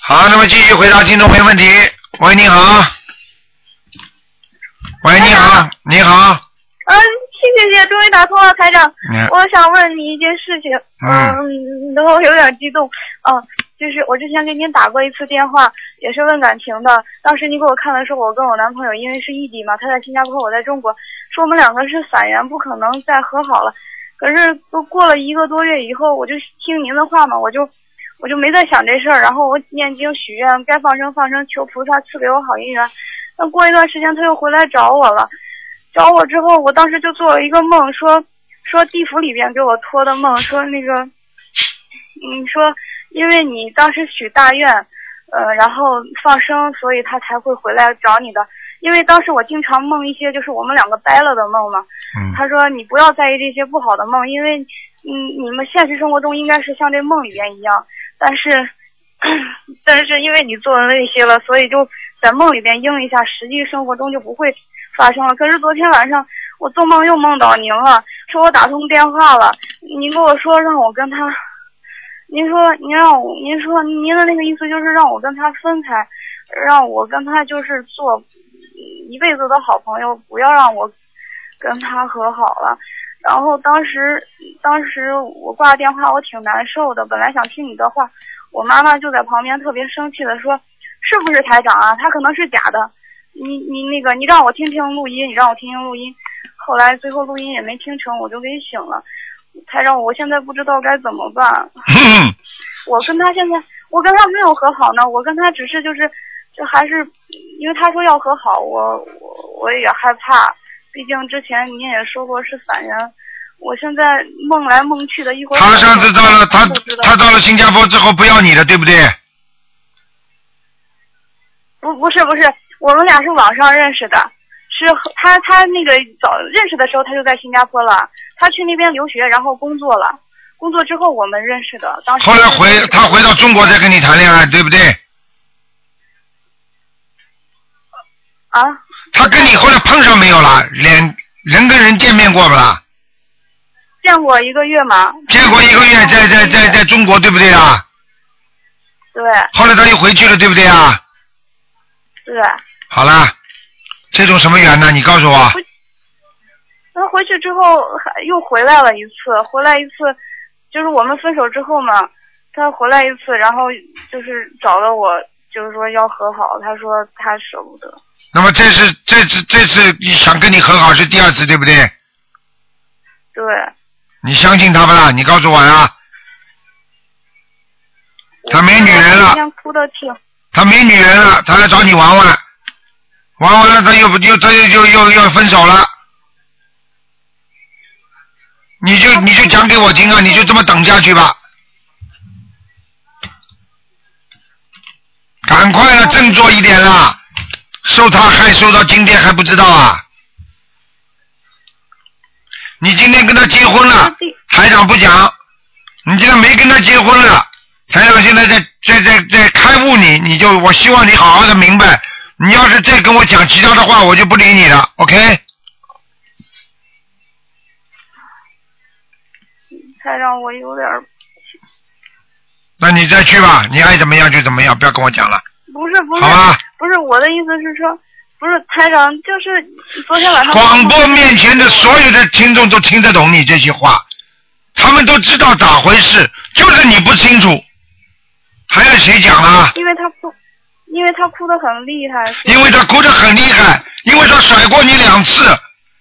[SPEAKER 1] 好，那么继续回答听众朋友问题。喂，你好。喂，你
[SPEAKER 2] 哎
[SPEAKER 1] 好，你好，
[SPEAKER 2] 嗯，谢谢谢，终于打通了，台长
[SPEAKER 1] 嗯。
[SPEAKER 2] 我想问你一件事情，
[SPEAKER 1] 嗯
[SPEAKER 2] 嗯，然后有点激动，嗯、就是我之前给您打过一次电话，也是问感情的。当时您给我看的时候，我跟我男朋友因为是异地嘛，他在新加坡，我在中国，说我们两个是散缘，不可能再和好了。可是都过了一个多月以后，我就听您的话嘛，我就我就没再想这事儿，然后我念经许愿，该放生放生，求菩萨赐给我好姻缘。但过一段时间他又回来找我了，找我之后，我当时就做了一个梦，说说地府里边给我托的梦，说那个，嗯，说因为你当时许大愿，呃，然后放生，所以他才会回来找你的。因为当时我经常梦一些就是我们两个掰了的梦嘛，他说你不要在意这些不好的梦，因为嗯，你们现实生活中应该是像这梦里边一样，但是 但是因为你做了那些了，所以就在梦里边应一下，实际生活中就不会发生了。可是昨天晚上我做梦又梦到您了，说我打通电话了，您跟我说让我跟他，您说您让我，您说您的那个意思就是让我跟他分开，让我跟他就是做嗯一辈子的好朋友，不要让我跟他和好了。然后当时，当时我挂了电话，我挺难受的。本来想听你的话，我妈妈就在旁边特别生气的说：“是不是台长啊？他可能是假的。你你那个，你让我听听录音，你让我听听录音。”后来最后录音也没听成，我就给醒了。台长，我现在不知道该怎么办。 我跟他现在，我跟他没有和好呢，我跟他只是就是，就还是因为他说要和好，我我我也害怕，毕竟之前您也说过是散缘，我现在梦来梦去的，一会儿
[SPEAKER 1] 他上次到了他他到了新加坡之后不要你了，对不
[SPEAKER 2] 啊
[SPEAKER 1] 对？
[SPEAKER 2] 不不是不是，我们俩是网上认识的，是和他他那个早认识的时候他就在新加坡了，他去那边留学，然后工作了，工作之后我们认识的，当时
[SPEAKER 1] 后来回他回到中国再跟你谈恋爱，对不对？
[SPEAKER 2] 啊，
[SPEAKER 1] 他跟你后来碰上没有啦？脸人跟人见面过不啦？
[SPEAKER 2] 见过一个月嘛，
[SPEAKER 1] 见过一个月，在在在在中国，对不对啊？
[SPEAKER 2] 对
[SPEAKER 1] 后来他又回去了，对不对啊？
[SPEAKER 2] 对，
[SPEAKER 1] 好啦，这种什么缘呢？你告诉我，
[SPEAKER 2] 那回去之后还又回来了一次，回来一次就是我们分手之后嘛，他回来一次，然后就是找了我，就是说要和好，他说他舍不得，
[SPEAKER 1] 那么这是这次这次想跟你和好是第二次，对不对？
[SPEAKER 2] 对，
[SPEAKER 1] 你相信他不啦？你告诉我呀。他没女人
[SPEAKER 2] 我
[SPEAKER 1] 了
[SPEAKER 2] 今，天哭的挺，
[SPEAKER 1] 他没女人了，他来找你玩玩，玩完了他又不又他又又又又分手了，你就你就讲给我听啊，你就这么等下去吧，赶快了，振作一点啦，受他害受到今天还不知道啊，你今天跟他结婚了，台长不讲，你今天没跟他结婚了。台长现在在在在在开悟你，你就我希望你好好的明白，你要是再跟我讲其他的话，我就不理你了，OK？
[SPEAKER 2] 太让我有点儿
[SPEAKER 1] 那你再去吧，你爱怎么样就怎么样，不要跟我讲了。
[SPEAKER 2] 不是不是
[SPEAKER 1] 好吧
[SPEAKER 2] 不是我的意思是说，不是台长，就是昨天晚上
[SPEAKER 1] 广播面前的所有的听众都听得懂你这句话，他们都知道咋回事，就是你不清楚，还要谁讲啊？
[SPEAKER 2] 因为他哭，因为他哭得很厉害。是
[SPEAKER 1] 因为他哭得很厉害，因为他甩过你两次，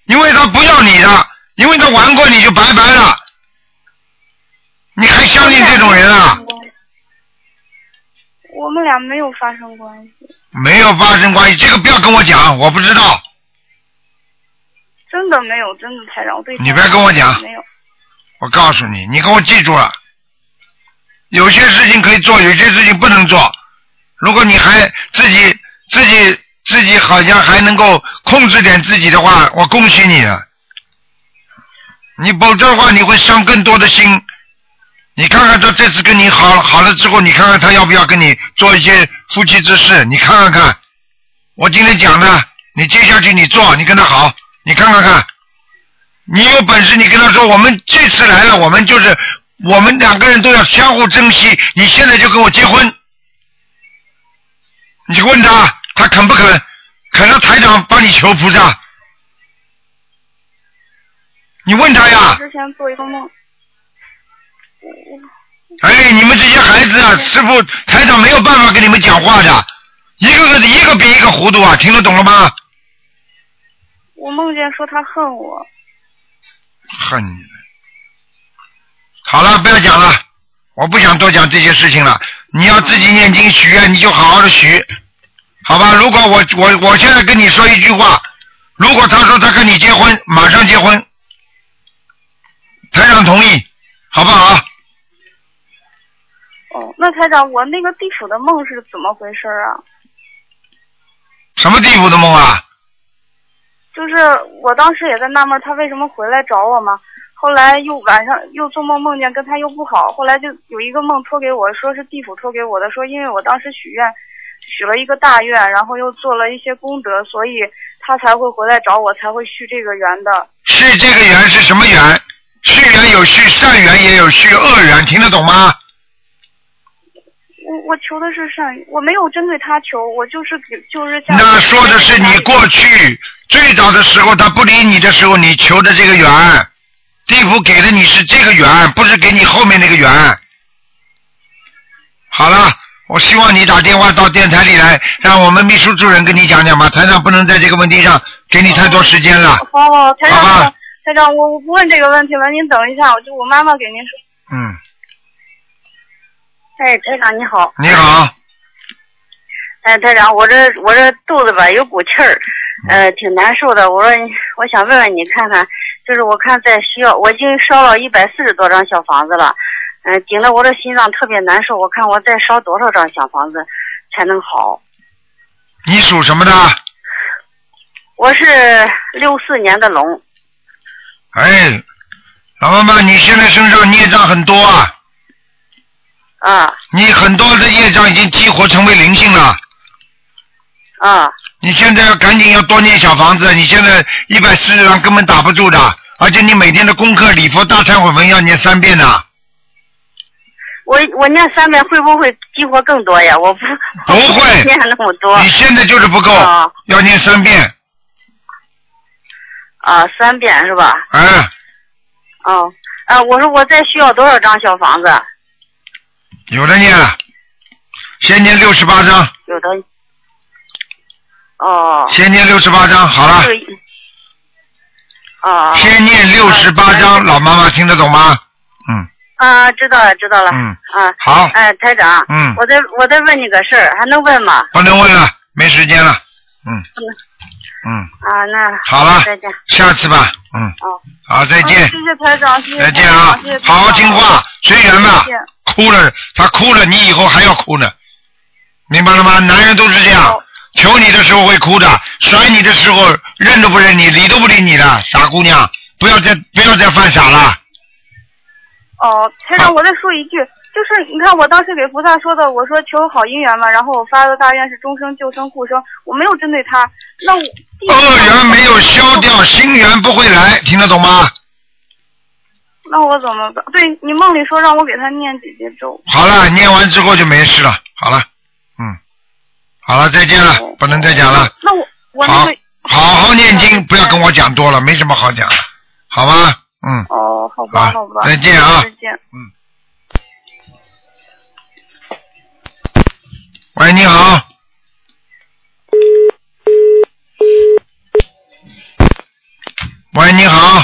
[SPEAKER 1] 因为他不要你的，因为他玩过你就拜拜了。你还相信这种人啊？
[SPEAKER 2] 我们俩没有发生关系，
[SPEAKER 1] 没有发生关系，这个不要跟我讲，我不知道。
[SPEAKER 2] 真的没有，真的台长，我对
[SPEAKER 1] 你别跟我讲
[SPEAKER 2] 没有，
[SPEAKER 1] 我告诉你，你给我记住了，有些事情可以做，有些事情不能做。如果你还自己自己自己好像还能够控制点自己的话，我恭喜你了。你否则的话，你会伤更多的心。你看看他这次跟你好好了之后，你看看他要不要跟你做一些夫妻之事？你看看看，我今天讲的，你接下去你做，你跟他好，你看看看，你有本事你跟他说，我们这次来了，我们就是我们两个人都要相互珍惜，你现在就跟我结婚，你就问他，他肯不肯？肯了，台长帮你求菩萨。你问他呀，
[SPEAKER 2] 我之前做一个梦，
[SPEAKER 1] 哎，你们这些孩子啊，师傅台长没有办法跟你们讲话的，一个个的一个比一个糊涂啊，听得懂了吗？
[SPEAKER 2] 我梦见说他恨我，
[SPEAKER 1] 恨你们！好了，不要讲了，我不想多讲这些事情了。你要自己念经许愿，你就好好的许，好吧？如果我我我现在跟你说一句话，如果他说他跟你结婚，马上结婚，台长同意，好不好？
[SPEAKER 2] 哦，那台长，我那个地府的梦是怎么回事啊？
[SPEAKER 1] 什么地府的梦啊？
[SPEAKER 2] 就是我当时也在纳闷他为什么回来找我嘛，后来又晚上又做梦梦见跟他又不好，后来就有一个梦托给我说是地府托给我的，说因为我当时许愿许了一个大愿，然后又做了一些功德，所以他才会回来找我，才会续这个缘的。
[SPEAKER 1] 续这个缘是什么缘？续缘有续善缘，也有续恶缘，听得懂吗？
[SPEAKER 2] 我我求的是善，我没有针对他求，我就是给就是想
[SPEAKER 1] 那说的是你过去最早的时候，他不理你的时候，你求的这个缘，地府给的你是这个缘，不是给你后面那个缘。好了，我希望你打电话到电台里来，让我们秘书主任跟你讲讲吧。台长不能在这个问题上给你太多时间了。
[SPEAKER 2] 哦，台长，台长，我我不问这个问题了，您等一下，我就我妈妈给您说。
[SPEAKER 1] 嗯，
[SPEAKER 12] 哎，台长你好。
[SPEAKER 1] 你好。
[SPEAKER 12] 哎，台长，我这我这肚子吧有股气儿，
[SPEAKER 1] 嗯
[SPEAKER 12] 呃，挺难受的。我说你，我想问问你看看，就是我看在需要，我已经烧了一百四十多张小房子了，嗯、顶得我这心脏特别难受。我看我再烧多少张小房子才能好？
[SPEAKER 1] 你属什么的？
[SPEAKER 12] 我是六四年的龙，
[SPEAKER 1] 哎，老妈妈，你现在身上孽障很多啊，
[SPEAKER 12] 啊
[SPEAKER 1] 你很多的业障已经激活成为灵性了。
[SPEAKER 12] 啊
[SPEAKER 1] 你现在要赶紧要多念小房子，你现在一百四十张根本打不住的，而且你每天的功课礼佛大忏悔文要念三遍呢。
[SPEAKER 12] 我我念三遍会不会激活更多呀？我不
[SPEAKER 1] 不会
[SPEAKER 12] 念那么多。
[SPEAKER 1] 你现在就是不够，
[SPEAKER 12] 啊
[SPEAKER 1] 要念三遍。
[SPEAKER 12] 啊，三遍是吧？
[SPEAKER 1] 哎，
[SPEAKER 12] 哦，啊，我说我再需要多少张小房子？
[SPEAKER 1] 有的念了，先念六十八章，
[SPEAKER 12] 有的。哦。
[SPEAKER 1] 先念68章好了
[SPEAKER 12] 就是。哦。
[SPEAKER 1] 先念六十八章，老妈妈听得懂吗？
[SPEAKER 12] 啊，知道了，知道了。
[SPEAKER 1] 嗯。
[SPEAKER 12] 啊。
[SPEAKER 1] 好
[SPEAKER 12] 哎、台长。
[SPEAKER 1] 嗯
[SPEAKER 12] 我再我再问你个事儿，还能问吗？
[SPEAKER 1] 不能问了，没时间了。嗯嗯，
[SPEAKER 12] 啊，那
[SPEAKER 1] 好了
[SPEAKER 12] 再见。
[SPEAKER 1] 下次吧。嗯，好，再见。
[SPEAKER 2] 啊谢谢台长，谢谢
[SPEAKER 1] 再
[SPEAKER 2] 台
[SPEAKER 1] 见
[SPEAKER 2] 长
[SPEAKER 1] 啊
[SPEAKER 2] 谢谢台
[SPEAKER 1] 好好
[SPEAKER 2] 长
[SPEAKER 1] 听话随缘吧
[SPEAKER 2] 再见
[SPEAKER 1] 哭了，他哭了，你以后还要哭呢，明白了吗？男人都是这样，
[SPEAKER 2] 哦
[SPEAKER 1] 求你的时候会哭的，甩你的时候认都不认你，理都不理你的，傻姑娘，不要再不要再犯傻了。
[SPEAKER 2] 哦，台长，我再说一句，就是你看我当时给菩萨说的，我说求好姻缘嘛，然后我发的大愿是终生救生护生，我没有针对他。那我
[SPEAKER 1] 恶缘没有消掉，心缘不会来，听得懂吗？
[SPEAKER 2] 那我怎么办？对你梦里说让我给他念几节咒，
[SPEAKER 1] 好了，念完之后就没事了。好了，嗯，好了，再见了，
[SPEAKER 2] 哦
[SPEAKER 1] 不能再讲了。
[SPEAKER 2] 那我我那
[SPEAKER 1] 好
[SPEAKER 2] 个，
[SPEAKER 1] 好好念经，不要跟我讲多了，没什么好讲的，好吗？嗯。
[SPEAKER 2] 哦，好
[SPEAKER 1] 吧，
[SPEAKER 2] 好吧，
[SPEAKER 1] 再见啊
[SPEAKER 2] 再。见。
[SPEAKER 1] 喂，你好。喂，你好。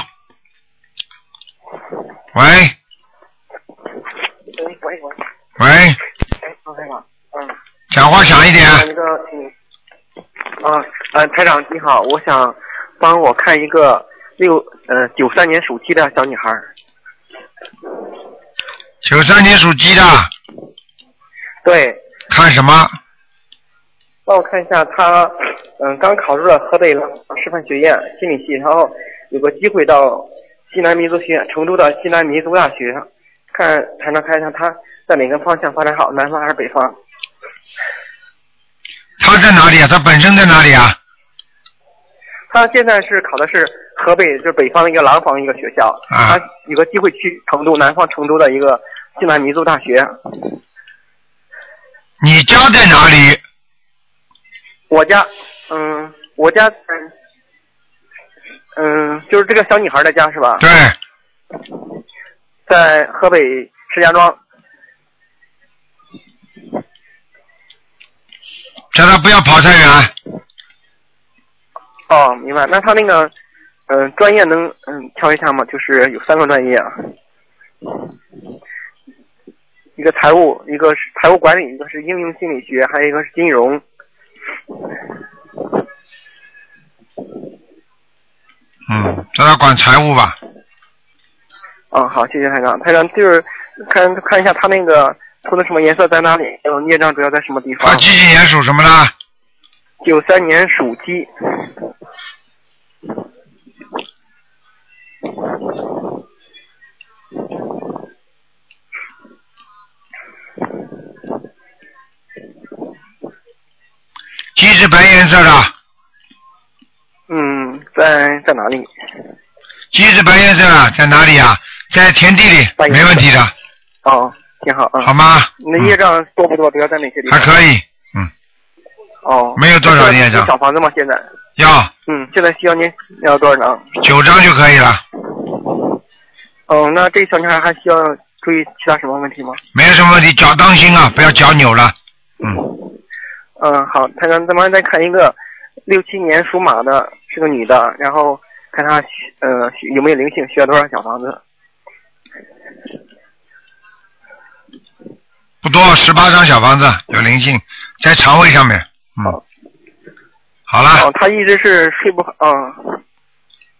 [SPEAKER 1] 喂
[SPEAKER 13] 喂喂喂，
[SPEAKER 1] 喂，
[SPEAKER 13] 哎，张台长，嗯，
[SPEAKER 1] 讲话响一点。啊
[SPEAKER 13] 那个，嗯，啊，呃，台长你好，我想帮我看一个六呃九三年属鸡的小女孩儿，
[SPEAKER 1] 九三年属鸡的，
[SPEAKER 13] 对，
[SPEAKER 1] 看什么？
[SPEAKER 13] 帮我看一下她，嗯、刚考入了河北廊坊师范学院心理系，然后有个机会到西南民族学院，成都的西南民族大学，看台长看一下她在哪个方向发展好，南方还是北方？
[SPEAKER 1] 他在哪里啊？他本身在哪里啊？
[SPEAKER 13] 他现在是考的是河北，就是北方一个廊坊一个学校，
[SPEAKER 1] 啊
[SPEAKER 13] 他有个机会去成都，南方成都的一个西南民族大学。
[SPEAKER 1] 你家在哪里？
[SPEAKER 13] 我家，嗯，我家，嗯，就是这个小女孩的家是吧？
[SPEAKER 1] 对，
[SPEAKER 13] 在河北石家庄。
[SPEAKER 1] 叫他不要跑太远。
[SPEAKER 13] 哦，明白。那他那个，嗯、专业能嗯挑一下吗？就是有三个专业啊，一个财务，一个是财务管理，一个是应用心理学，还有一个是金融。
[SPEAKER 1] 嗯，叫他管财务吧。
[SPEAKER 13] 嗯，好，谢谢台长。台长就是看看一下他那个涂的什么颜色在哪里，还有孽障主要在什么地方。
[SPEAKER 1] 几几年属什么的？
[SPEAKER 13] 九三年属鸡。
[SPEAKER 1] 鸡是白颜色的，
[SPEAKER 13] 嗯，在在哪里？
[SPEAKER 1] 鸡是白颜色的，在哪里啊？在田地里，没问题的，
[SPEAKER 13] 哦，挺好啊。
[SPEAKER 1] 好吗？
[SPEAKER 13] 那孽障多不多？主要在哪些地
[SPEAKER 1] 还
[SPEAKER 13] 方？
[SPEAKER 1] 可以。
[SPEAKER 13] 哦。
[SPEAKER 1] 没有多少孽障
[SPEAKER 13] 那小房子吗？现在？
[SPEAKER 1] 要
[SPEAKER 13] 嗯，现在需要您要多少张？
[SPEAKER 1] 九张就可以了，
[SPEAKER 13] 哦，那这小女孩还需要注意其他什么问题吗？
[SPEAKER 1] 没有什么问题。脚当心啊，不要脚扭了。
[SPEAKER 13] 嗯，好，台长，咱们再看一个六七年属马的，是个女的，然后看她需呃需有没有灵性，需要多少小房子？
[SPEAKER 1] 不多，十八张小房子有灵性，在肠胃上面。嗯。好啦，
[SPEAKER 13] 啊，他一直是睡不好，啊，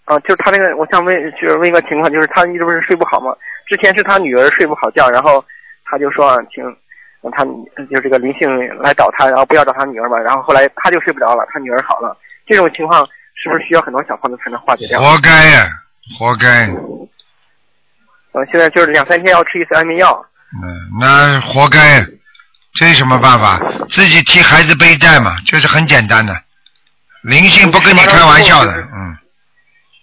[SPEAKER 13] 啊，就是他那个，我想问，就是问一个情况，就是他一直不是睡不好吗？之前是他女儿睡不好觉，然后他就说，啊，请，嗯他就这个灵性来找他，然后不要找他女儿嘛，然后后来他就睡不着了，他女儿好了，这种情况是不是需要很多小房子才能化解掉？
[SPEAKER 1] 活该呀、活该，
[SPEAKER 13] 嗯，现在就是两三天要吃一次安眠药，
[SPEAKER 1] 嗯，那活该，这有什么办法？自己替孩子背债嘛，这是很简单的。灵性不跟你开玩笑的，嗯，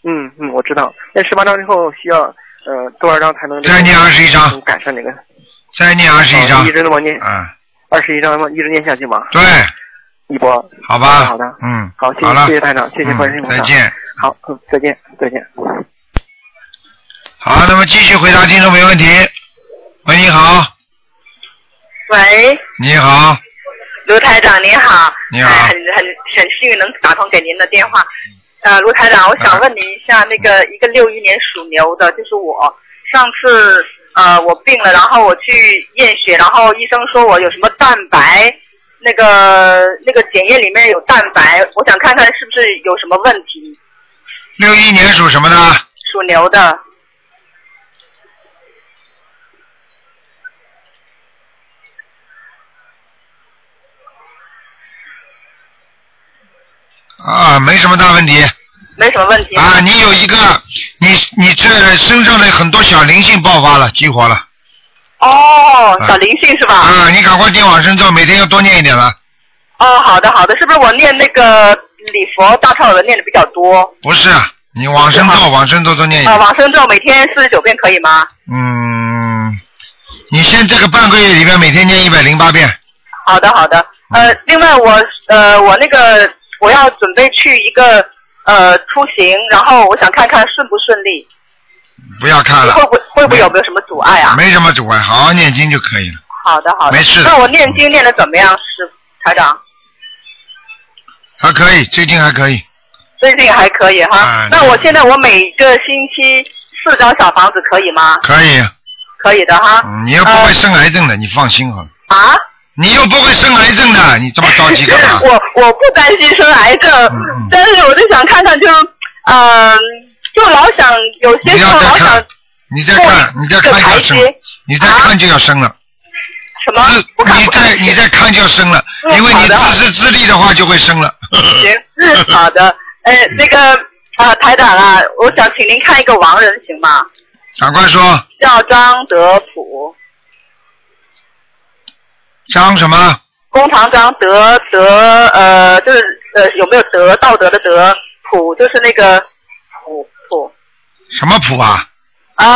[SPEAKER 13] 嗯嗯，我知道。那十八张之后需要呃多少张才能？
[SPEAKER 1] 再念21张，
[SPEAKER 13] 赶上这个。哦
[SPEAKER 1] 再念21张
[SPEAKER 13] 一直那么念，
[SPEAKER 1] 嗯，
[SPEAKER 13] 二十一张嘛，一直念下去嘛。
[SPEAKER 1] 对，
[SPEAKER 13] 一波。
[SPEAKER 1] 好吧，
[SPEAKER 13] 好的，
[SPEAKER 1] 嗯，
[SPEAKER 13] 好，谢
[SPEAKER 1] 了，
[SPEAKER 13] 谢谢谢台长，谢谢
[SPEAKER 1] 嗯
[SPEAKER 13] 关心，
[SPEAKER 1] 再见。。
[SPEAKER 13] 好，嗯，再见，再见。
[SPEAKER 1] 好，那么继续回答听众没问题。喂，你好，
[SPEAKER 3] 喂，
[SPEAKER 1] 你好，
[SPEAKER 3] 卢台长您好，
[SPEAKER 1] 你好
[SPEAKER 3] 哎很很很幸运能打通给您的电话。呃，卢台长，我
[SPEAKER 1] 嗯
[SPEAKER 3] 想问您一下，那个一个六一年属牛的，就是我，上次呃我病了，然后我去验血，然后医生说我有什么蛋白，那个那个检验里面有蛋白，我想看看是不是有什么问题，
[SPEAKER 1] 六一年属什么的？
[SPEAKER 3] 属牛的。
[SPEAKER 1] 啊，没什么大问题。
[SPEAKER 3] 没什么问题
[SPEAKER 1] 啊，你有一个，你你这身上的很多小灵性爆发了，激活了。
[SPEAKER 3] 哦，小灵性是吧？
[SPEAKER 1] 啊，你赶快念往生咒，每天要多念一点了。
[SPEAKER 3] 哦，好的好的，是不是我念那个礼佛大忏悔文念的比较多？
[SPEAKER 1] 不是，啊你往生咒，往生咒多念一
[SPEAKER 3] 啊，
[SPEAKER 1] 点。
[SPEAKER 3] 往生咒每天四十九遍可以吗？
[SPEAKER 1] 嗯，你先这个半个月里边每天念一百零八遍。
[SPEAKER 3] 好的，好的。呃，
[SPEAKER 1] 嗯
[SPEAKER 3] 另外我呃我那个我要准备去一个呃出行，然后我想看看顺不顺利，
[SPEAKER 1] 不要看了
[SPEAKER 3] 会，不会会不会有没有什么阻碍啊？
[SPEAKER 1] 没什么阻碍，好好念经就可以了。
[SPEAKER 3] 好的，好的。
[SPEAKER 1] 没事的
[SPEAKER 3] 那我念经念的怎么样，师台长？
[SPEAKER 1] 还可以，最近还可以。
[SPEAKER 3] 最近还可以哈。
[SPEAKER 1] 啊
[SPEAKER 3] 那我现在我每个星期四张小房子可以吗？
[SPEAKER 1] 可以，啊
[SPEAKER 3] 可以的哈。
[SPEAKER 1] 嗯你又不会生癌症的，你放心好了。
[SPEAKER 3] 啊？？
[SPEAKER 1] 你又不会生癌症的，你这么着急干嘛
[SPEAKER 3] 我我不担心生癌症，但是我就想看看就，嗯、就老想有些时候老想
[SPEAKER 1] 你再看，你再看就要生了，你再看就要生了。
[SPEAKER 3] 啊什么？
[SPEAKER 1] 你再你再看就要生了，
[SPEAKER 3] 嗯
[SPEAKER 1] 因为你
[SPEAKER 3] 好的
[SPEAKER 1] 自私自利的话就会生了。
[SPEAKER 3] 行，好的，呃，那个啊、台长啊，我想请您看一个亡人行吗？
[SPEAKER 1] 赶快说，
[SPEAKER 3] 叫张德普，
[SPEAKER 1] 张什么？
[SPEAKER 3] 工长张德德呃，就是呃有没有德道德的德普，就是那个普普，
[SPEAKER 1] 什么谱啊？
[SPEAKER 3] 嗯，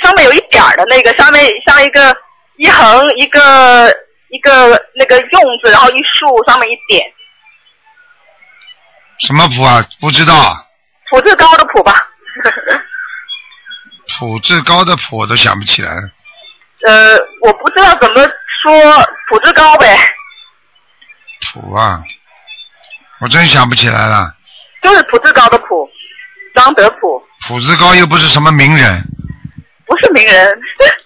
[SPEAKER 3] 上面有一点儿的那个，上面像一个一横一个一个那个用字，然后一竖上面一点，
[SPEAKER 1] 什么谱啊？不知道，
[SPEAKER 3] 普字高的 普吧。
[SPEAKER 1] 谱字高的谱我都想不起来了。
[SPEAKER 3] 呃，我不知道怎么说普字高呗，
[SPEAKER 1] 谱啊，我真想不起来了。
[SPEAKER 3] 就是普字高的普，张德普，
[SPEAKER 1] 谱字高又不是什么名人，
[SPEAKER 3] 不是名人。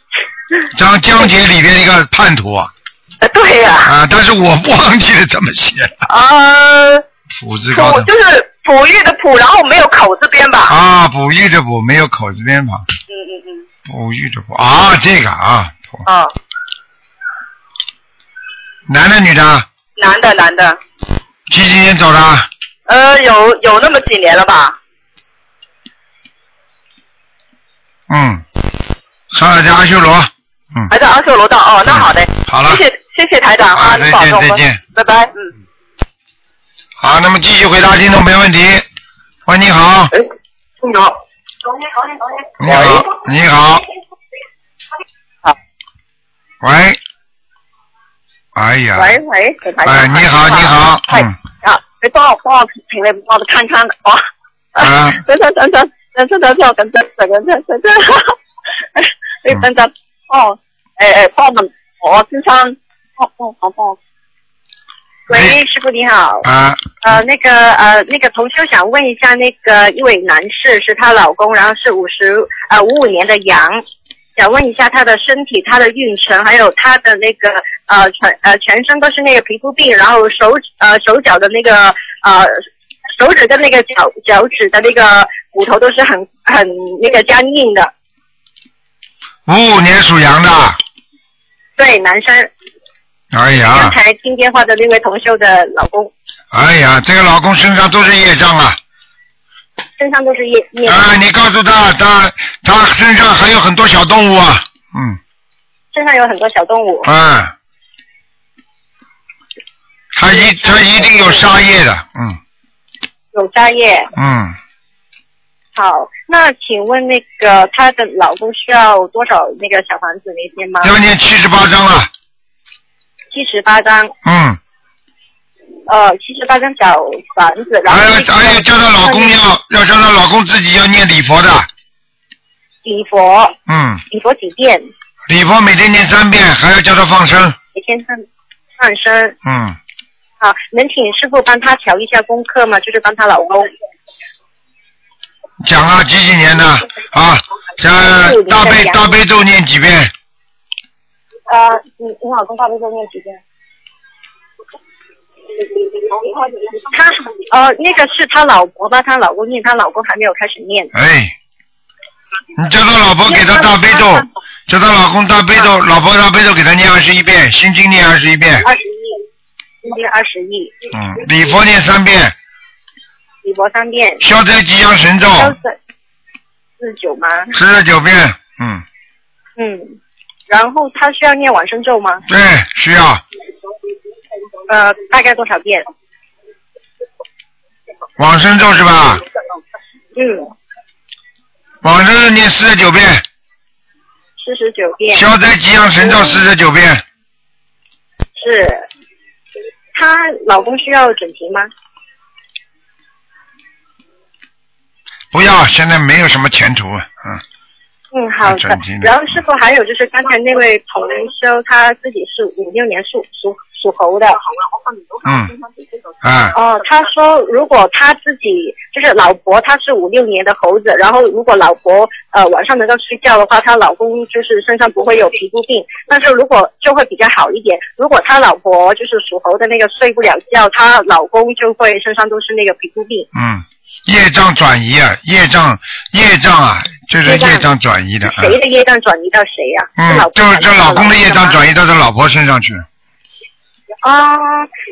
[SPEAKER 1] 张江杰里边一个叛徒啊。
[SPEAKER 3] 对呀、
[SPEAKER 1] 啊。但是我忘记了怎么写了。
[SPEAKER 3] 呃，
[SPEAKER 1] 谱字高
[SPEAKER 3] 普
[SPEAKER 1] 的
[SPEAKER 3] 哦就是哺育的哺，然后没有口字边吧？
[SPEAKER 1] 啊，哺育的哺没有口字边旁，
[SPEAKER 3] 嗯嗯
[SPEAKER 1] 哺育的哺啊，这个啊，
[SPEAKER 3] 嗯，啊，
[SPEAKER 1] 男的女的，
[SPEAKER 3] 男的男的，
[SPEAKER 1] 几几年走的？啊
[SPEAKER 3] 呃，有有那么几年了吧？
[SPEAKER 1] 嗯，上海的阿修罗，啊
[SPEAKER 3] 还在阿修罗道哦，那好嘞，
[SPEAKER 1] 嗯好了
[SPEAKER 3] 谢谢谢谢台长
[SPEAKER 1] 啊
[SPEAKER 3] 啊，
[SPEAKER 1] 再
[SPEAKER 3] 您
[SPEAKER 1] 见
[SPEAKER 3] 保重，
[SPEAKER 1] 再见，
[SPEAKER 3] 拜拜，嗯。
[SPEAKER 1] 好，那么继续回答听众没问题。喂，你好，
[SPEAKER 13] 你好，
[SPEAKER 1] 你好，你好，喂，哎呀，
[SPEAKER 14] 喂喂，给台长
[SPEAKER 1] 哎，你好，你好，嗯，
[SPEAKER 14] 啊，你帮我帮我请你帮我看看哦。
[SPEAKER 1] 啊，
[SPEAKER 14] 等等等等等等等等等等等等等等，你等
[SPEAKER 1] 嗯
[SPEAKER 14] 等哦，诶诶，帮我问我先生，帮帮我哦帮我。
[SPEAKER 1] 哎
[SPEAKER 15] 喂，师傅你好。
[SPEAKER 1] 啊，
[SPEAKER 15] 呃，那个呃，那个同修想问一下，那个一位男士是她老公，然后是五十呃五五年的羊，想问一下他的身体、他的运程，还有他的那个呃全呃全身都是那个皮肤病，然后手呃手脚的那个
[SPEAKER 3] 呃手指跟那个脚脚趾的那个骨头都是很很那个僵硬的。
[SPEAKER 1] 五五年属羊的，
[SPEAKER 3] 对，男生
[SPEAKER 1] 哎呀
[SPEAKER 3] 刚，才听电话的那位同修的老公
[SPEAKER 1] 哎呀，这个老公身上都是业障啊！
[SPEAKER 3] 身上都是液液。
[SPEAKER 1] 啊，你告诉他，他他身上还有很多小动物啊，
[SPEAKER 3] 身上有很多小动物。
[SPEAKER 1] 啊，他一他一定有杀业的，嗯
[SPEAKER 3] 有扎叶。
[SPEAKER 1] 嗯，
[SPEAKER 3] 好，那请问那个她的老公需要多少那个小房子每天吗？
[SPEAKER 1] 要念七十八啊章了，
[SPEAKER 3] 七十八张，
[SPEAKER 1] 嗯，
[SPEAKER 3] 呃，七十八张小房子，然后那个
[SPEAKER 1] 还有叫她老公要要叫她老公自己要念礼佛的，
[SPEAKER 3] 礼佛，
[SPEAKER 1] 嗯，
[SPEAKER 3] 礼佛几遍？
[SPEAKER 1] 礼佛每天念三遍，还要叫她放生，
[SPEAKER 3] 每天上上身。
[SPEAKER 1] 嗯，
[SPEAKER 3] 好，能请师傅帮她调一下功课吗？就是帮她老公
[SPEAKER 1] 讲啊，几几年的啊？这大悲大悲咒念几遍？
[SPEAKER 3] 呃，你你老公大悲咒念几遍？他呃，那个是她老婆吧？她老公念，她老公还没有开始念。
[SPEAKER 1] 哎，你叫她老婆给她大悲咒，叫她老公大悲咒，
[SPEAKER 3] 啊
[SPEAKER 1] 老婆大悲咒给她念二十一遍，心经念二十一遍，
[SPEAKER 3] 二十一，念二十一，
[SPEAKER 1] 嗯，礼佛念三遍，
[SPEAKER 3] 礼佛三遍。
[SPEAKER 1] 消灾吉祥神咒
[SPEAKER 3] 消灾四十九吗？
[SPEAKER 1] 四十九遍，嗯，
[SPEAKER 3] 嗯，然后他需要念往生咒吗？
[SPEAKER 1] 对，需要
[SPEAKER 3] 呃，大概多少遍？
[SPEAKER 1] 往生咒是吧？
[SPEAKER 3] 嗯，
[SPEAKER 1] 往生咒念四十九遍，
[SPEAKER 3] 四十九遍。
[SPEAKER 1] 消灾吉祥神咒四十九遍，
[SPEAKER 3] 是，她老公需要整形吗？
[SPEAKER 1] 不要，现在没有什么前途，嗯，
[SPEAKER 3] 嗯，好的
[SPEAKER 1] 整形。的
[SPEAKER 3] 然后师傅还有就是刚才那位同修，他自己是五六年属属属猴的。
[SPEAKER 1] 嗯，啊，
[SPEAKER 3] 哦，他说如果他自己就是老婆，他是五六年的猴子，然后如果老婆呃晚上能够睡觉的话，她老公就是身上不会有皮肤病，但是如果就会比较好一点。如果他老婆就是属猴的那个睡不了觉，她老公就会身上都是那个皮肤病。
[SPEAKER 1] 嗯，业障转移啊，业障业障啊，就是
[SPEAKER 3] 业障
[SPEAKER 1] 业障转移的，啊
[SPEAKER 3] 谁的业障转移到谁呀、是老
[SPEAKER 1] 嗯，
[SPEAKER 3] 公
[SPEAKER 1] 就是
[SPEAKER 3] 转移
[SPEAKER 1] 这
[SPEAKER 3] 到
[SPEAKER 1] 老公的业障
[SPEAKER 3] 吗
[SPEAKER 1] 转移到这老婆身上去，
[SPEAKER 3] 啊、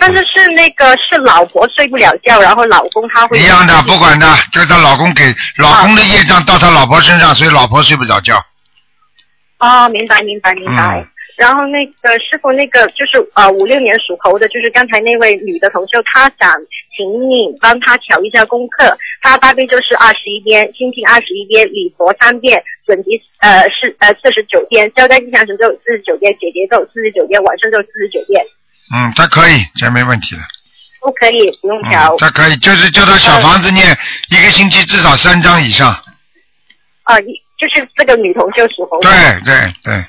[SPEAKER 3] 但是是那个是老婆睡不了觉，然后老公他会
[SPEAKER 1] 一样的，不管的，就是她老公给老公的业障到她老婆身上，所以老婆睡不着觉。
[SPEAKER 3] 哦，明白明白明白。
[SPEAKER 1] 嗯
[SPEAKER 3] 然后那个师傅，那个就是呃五六年属猴的，就是刚才那位女的同修，她想请你帮她调一下功课。她大悲就是二十一遍，心经二十一遍，礼佛三遍，准提呃是呃四十九遍，消灾吉祥神咒四十九遍，解结咒四十九遍，往生咒四十九遍，
[SPEAKER 1] 嗯，她可以，这没问题的。
[SPEAKER 3] 都可以不用
[SPEAKER 1] 嗯，。
[SPEAKER 3] 调
[SPEAKER 1] 她可以，就是叫她小房子念一个星期至少三张以上。
[SPEAKER 3] 啊，一就是这个女同修属猴的，
[SPEAKER 1] 对对对，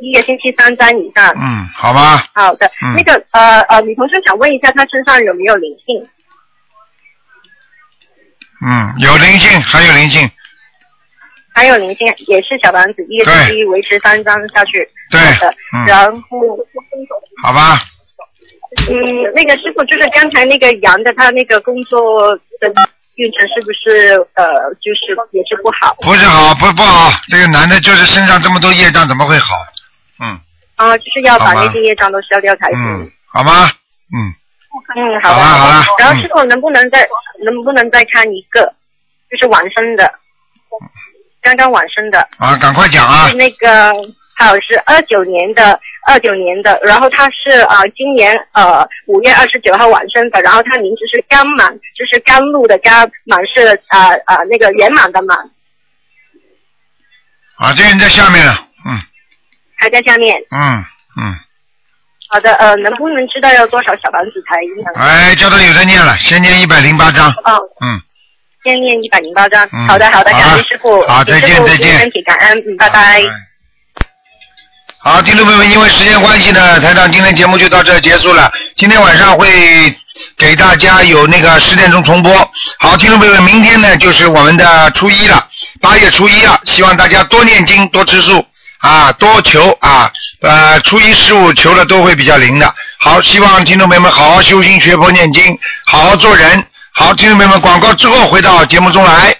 [SPEAKER 3] 一个星期三张以上。
[SPEAKER 1] 嗯，好吧。
[SPEAKER 3] 好的，
[SPEAKER 1] 嗯
[SPEAKER 3] 那个呃呃，女同学想问一下，她身上有没有灵性？
[SPEAKER 1] 嗯，有灵性，还有灵性，
[SPEAKER 3] 还有灵性也是小房子，一个星期维持三张下去。
[SPEAKER 1] 对
[SPEAKER 3] 好的，
[SPEAKER 1] 嗯
[SPEAKER 3] 然后
[SPEAKER 1] 好吧。
[SPEAKER 3] 嗯，那个师傅就是刚才那个杨的，他那个工作的运程是不是呃，就是也是不好？
[SPEAKER 1] 不是好，不不好，这个男的就是身上这么多业障，怎么会好？嗯
[SPEAKER 3] 啊、就是要把
[SPEAKER 1] 好吧
[SPEAKER 3] 那些业障都消掉才行。
[SPEAKER 1] 嗯，好吗？嗯，
[SPEAKER 3] 嗯，好的，
[SPEAKER 1] 好了
[SPEAKER 3] 的
[SPEAKER 1] 好了
[SPEAKER 3] 然后师傅能不能再、能不能再看一个，就是往生的，刚刚往生的。
[SPEAKER 1] 啊，赶快讲啊
[SPEAKER 3] 是！那个，好是二九年的，二九年的，然后他是啊、呃今年呃五月二十九号晚生的，然后他名字是甘满，就是甘露的甘，满是啊啊、呃那个圆满的满，
[SPEAKER 1] 啊，这人在下面了，嗯
[SPEAKER 3] 还在下面。
[SPEAKER 1] 嗯嗯，
[SPEAKER 3] 好的，呃，能不能知道要多少小房子才能？
[SPEAKER 1] 哎，叫他有的念了，先念一百零八章，
[SPEAKER 3] 哦，
[SPEAKER 1] 嗯，
[SPEAKER 3] 先念一百零八章。
[SPEAKER 1] 嗯
[SPEAKER 3] 好的，好的，
[SPEAKER 1] 好
[SPEAKER 3] 感
[SPEAKER 1] 啊
[SPEAKER 3] 恩师傅，
[SPEAKER 1] 好
[SPEAKER 3] 请师
[SPEAKER 1] 再见
[SPEAKER 3] 傅
[SPEAKER 1] 再见
[SPEAKER 3] 身体感恩，嗯，拜拜。
[SPEAKER 1] 好，听众朋友们，因为时间关系呢，台长今天节目就到这儿结束了。今天晚上会给大家有那个十点钟重播。好，听众朋友们，明天呢就是我们的初一了，八月初一了，希望大家多念经，多吃素啊，多求啊，呃，初一十五求的都会比较灵的。好，希望听众朋友们好好修心学佛念经，好好做人。好，听众朋友们，广告之后回到节目中来。